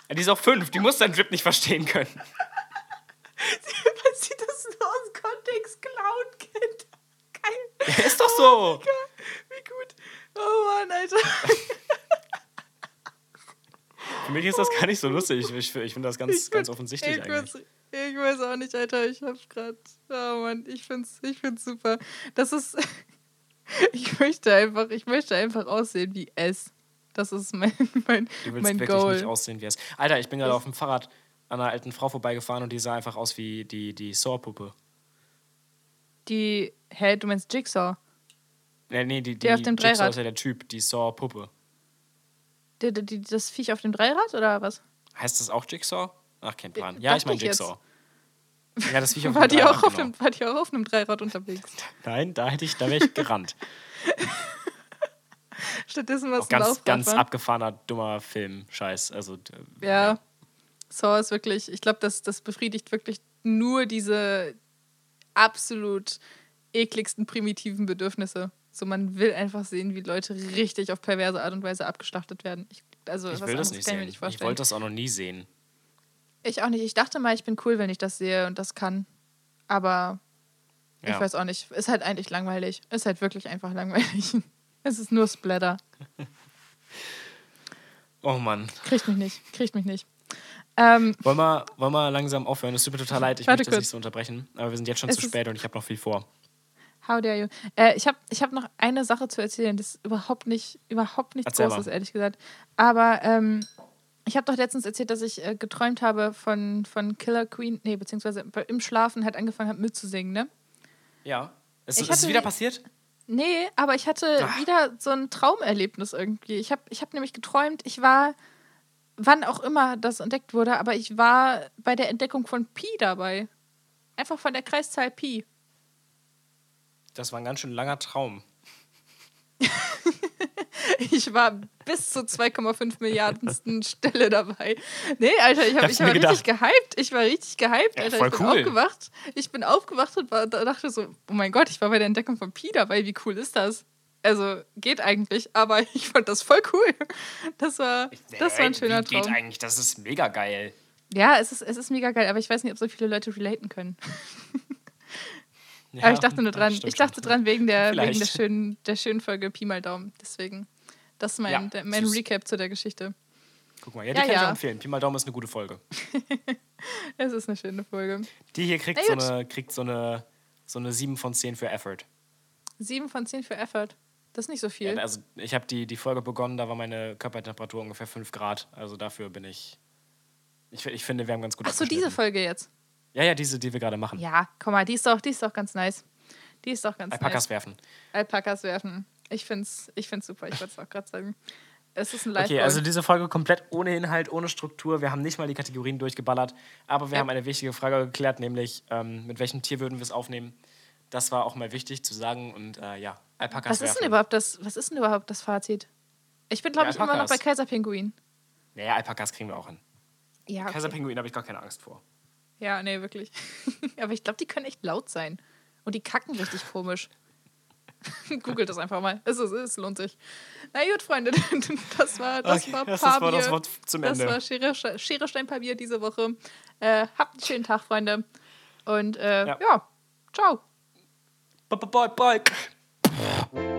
Speaker 1: Ja, Die ist auch fünf, die muss deinen Drip nicht verstehen können.
Speaker 2: Man sieht das nur aus Kontext Clown Kind. Geil.
Speaker 1: Ja, Ist doch so.
Speaker 2: Digga, Wie gut. Oh Mann, Alter.
Speaker 1: Für mich ist das gar nicht so lustig. Ich, ich finde das ganz,
Speaker 2: Ich bin-
Speaker 1: ganz offensichtlich
Speaker 2: ich
Speaker 1: eigentlich.
Speaker 2: weiß- Ich weiß auch nicht, Alter. Ich hab grad. Oh Mann, ich find's, ich find's super. Das ist. Ich möchte einfach, ich möchte einfach aussehen wie S. Das ist mein, mein,
Speaker 1: Du willst
Speaker 2: mein
Speaker 1: wirklich
Speaker 2: Goal.
Speaker 1: nicht aussehen wie es. Alter, ich bin gerade
Speaker 2: Ich-
Speaker 1: auf dem Fahrrad an einer alten Frau vorbeigefahren und die sah einfach aus wie die, die Saw-Puppe.
Speaker 2: Die, hä, du meinst Jigsaw?
Speaker 1: Nee, nee, die, die,
Speaker 2: auf dem
Speaker 1: Jigsaw
Speaker 2: Dreirad.
Speaker 1: ist ja der Typ, die Saw-Puppe.
Speaker 2: Die, die, die, das Viech auf dem Dreirad oder was?
Speaker 1: Heißt das auch Jigsaw? Ach, kein Plan.
Speaker 2: Äh,
Speaker 1: Ja, ich
Speaker 2: dachte
Speaker 1: meine
Speaker 2: ich jetzt.
Speaker 1: Jigsaw. Ja, das Viech auf
Speaker 2: War
Speaker 1: dem
Speaker 2: die, auch
Speaker 1: Dreirad,
Speaker 2: auf
Speaker 1: genau.
Speaker 2: einem, war die auch auf einem Dreirad unterwegs?
Speaker 1: Nein, da hätte ich, da wäre ich gerannt.
Speaker 2: Stattdessen war es
Speaker 1: auch
Speaker 2: ein
Speaker 1: ganz,
Speaker 2: Laufrad,
Speaker 1: ganz
Speaker 2: wa?
Speaker 1: abgefahrener, dummer Film. Scheiß. Also, d-
Speaker 2: Ja. Saw ist wirklich, ich glaube, das, das befriedigt wirklich nur diese absolut ekligsten primitiven Bedürfnisse. So, man will einfach sehen, wie Leute richtig auf perverse Art und Weise abgeschlachtet werden. Ich, also,
Speaker 1: Ich
Speaker 2: was
Speaker 1: will das
Speaker 2: anderes
Speaker 1: nicht
Speaker 2: kann ich
Speaker 1: sehen.
Speaker 2: mir nicht
Speaker 1: Ich,
Speaker 2: vorstellen.
Speaker 1: wollte das auch noch nie sehen.
Speaker 2: Ich auch nicht. Ich dachte mal, ich bin cool, wenn ich das sehe und das kann. Aber ich
Speaker 1: Ja.
Speaker 2: weiß auch nicht. Ist halt eigentlich langweilig. Ist halt wirklich einfach langweilig. Es ist nur Splatter.
Speaker 1: Oh Mann.
Speaker 2: Kriegt mich nicht. Kriegt mich nicht. Ähm,
Speaker 1: Wollen wir, wollen wir langsam aufhören? Es tut mir total leid, ich
Speaker 2: Warte
Speaker 1: möchte das
Speaker 2: kurz.
Speaker 1: nicht so unterbrechen. Aber wir sind jetzt schon
Speaker 2: Es
Speaker 1: zu
Speaker 2: ist-
Speaker 1: spät und ich habe noch viel vor.
Speaker 2: how dare you? Äh, ich habe ich hab noch eine Sache zu erzählen, das ist überhaupt nicht, überhaupt nicht
Speaker 1: Erzähl
Speaker 2: groß ist,
Speaker 1: mal.
Speaker 2: ehrlich gesagt. Aber ähm, ich habe doch letztens erzählt, dass ich äh, geträumt habe von, von Killer Queen, nee, beziehungsweise im Schlafen halt angefangen habe mitzusingen, ne?
Speaker 1: Ja. Ist,
Speaker 2: Ich
Speaker 1: ist es
Speaker 2: hatte-
Speaker 1: wieder passiert?
Speaker 2: Nee, aber ich hatte
Speaker 1: Ach.
Speaker 2: wieder so ein Traumerlebnis irgendwie. Ich habe ich hab nämlich geträumt, ich war, wann auch immer das entdeckt wurde, aber ich war bei der Entdeckung von Pi dabei. Einfach von der Kreiszahl Pi.
Speaker 1: Das war ein ganz schön langer Traum.
Speaker 2: Ich war bis zur 2,5 Milliardensten Stelle dabei. Nee, Alter, ich, hab,
Speaker 1: Hab's
Speaker 2: ich
Speaker 1: mir
Speaker 2: war richtig
Speaker 1: gedacht.
Speaker 2: gehypt. Ich war richtig gehypt,
Speaker 1: Ja,
Speaker 2: Alter.
Speaker 1: voll
Speaker 2: ich bin
Speaker 1: cool.
Speaker 2: aufgewacht. Ich bin aufgewacht und war, da dachte so, oh mein Gott, ich war bei der Entdeckung von Pi dabei. Wie cool ist das? Also, geht eigentlich, aber ich fand das voll cool. Das war, das war ein schöner
Speaker 1: Äh, Geht
Speaker 2: Traum.
Speaker 1: eigentlich, das ist mega geil.
Speaker 2: Ja, es ist, es ist mega geil, aber ich weiß nicht, ob so viele Leute relaten können.
Speaker 1: Ja,
Speaker 2: aber ich dachte nur dran,
Speaker 1: stimmt
Speaker 2: ich dachte
Speaker 1: schon.
Speaker 2: dran wegen der, wegen der,
Speaker 1: Vielleicht.
Speaker 2: schönen, der schönen Folge Pi mal Daumen. Deswegen, das ist mein,
Speaker 1: Ja,
Speaker 2: der, mein
Speaker 1: süß.
Speaker 2: Recap zu der Geschichte.
Speaker 1: Guck mal, ja, die
Speaker 2: Ja,
Speaker 1: kann ich
Speaker 2: ja.
Speaker 1: auch empfehlen. Pi mal Daumen ist eine gute Folge.
Speaker 2: Es ist eine schöne Folge.
Speaker 1: Die hier kriegt,
Speaker 2: Na
Speaker 1: so
Speaker 2: gut.
Speaker 1: eine, kriegt so, eine, so eine 7 von 10 für Effort.
Speaker 2: Sieben von zehn für Effort. Das ist nicht so
Speaker 1: Ja,
Speaker 2: viel.
Speaker 1: also ich habe die, die Folge begonnen, da war meine Körpertemperatur ungefähr 5 Grad. Also dafür bin ich. Ich, fi- ich finde, wir haben ganz gut.
Speaker 2: Ach so, diese
Speaker 1: abgeschnitten.
Speaker 2: Folge jetzt.
Speaker 1: Ja, ja, diese, die wir gerade machen.
Speaker 2: Ja, komm mal, die ist doch, die ist doch ganz nice. Die ist doch ganz
Speaker 1: Alpakas
Speaker 2: nice.
Speaker 1: werfen.
Speaker 2: Alpakas werfen. Ich find's, ich find's super, ich wollte es auch gerade sagen. Es ist ein live
Speaker 1: Okay, also diese Folge komplett ohne Inhalt, ohne Struktur. Wir haben nicht mal die Kategorien durchgeballert, aber wir
Speaker 2: Ja.
Speaker 1: haben eine wichtige Frage geklärt, nämlich ähm, mit welchem Tier würden wir es aufnehmen? Das war auch mal wichtig zu sagen und äh, ja, Alpakas
Speaker 2: was
Speaker 1: werfen.
Speaker 2: ist denn überhaupt das, was ist denn überhaupt das Fazit? Ich bin, glaube
Speaker 1: Ja,
Speaker 2: ich, immer noch
Speaker 1: Alpakas.
Speaker 2: bei Kaiserpinguin.
Speaker 1: Naja, Alpakas kriegen wir auch hin.
Speaker 2: Ja, okay.
Speaker 1: Kaiserpinguin habe ich gar keine Angst vor.
Speaker 2: ja, nee, wirklich. Aber ich glaube, die können echt laut sein. Und die kacken richtig komisch. Googelt das einfach mal. Es, ist, es lohnt sich. Na gut, Freunde, das war das
Speaker 1: Okay,
Speaker 2: war
Speaker 1: das, das war das
Speaker 2: Pavier.
Speaker 1: Wort zum
Speaker 2: Das
Speaker 1: Ende.
Speaker 2: war Schere, Sche- Schere Stein Papier diese Woche. Äh, habt einen schönen Tag, Freunde. Und äh,
Speaker 1: Ja.
Speaker 2: ja, ciao.
Speaker 1: Boy, boy, boy.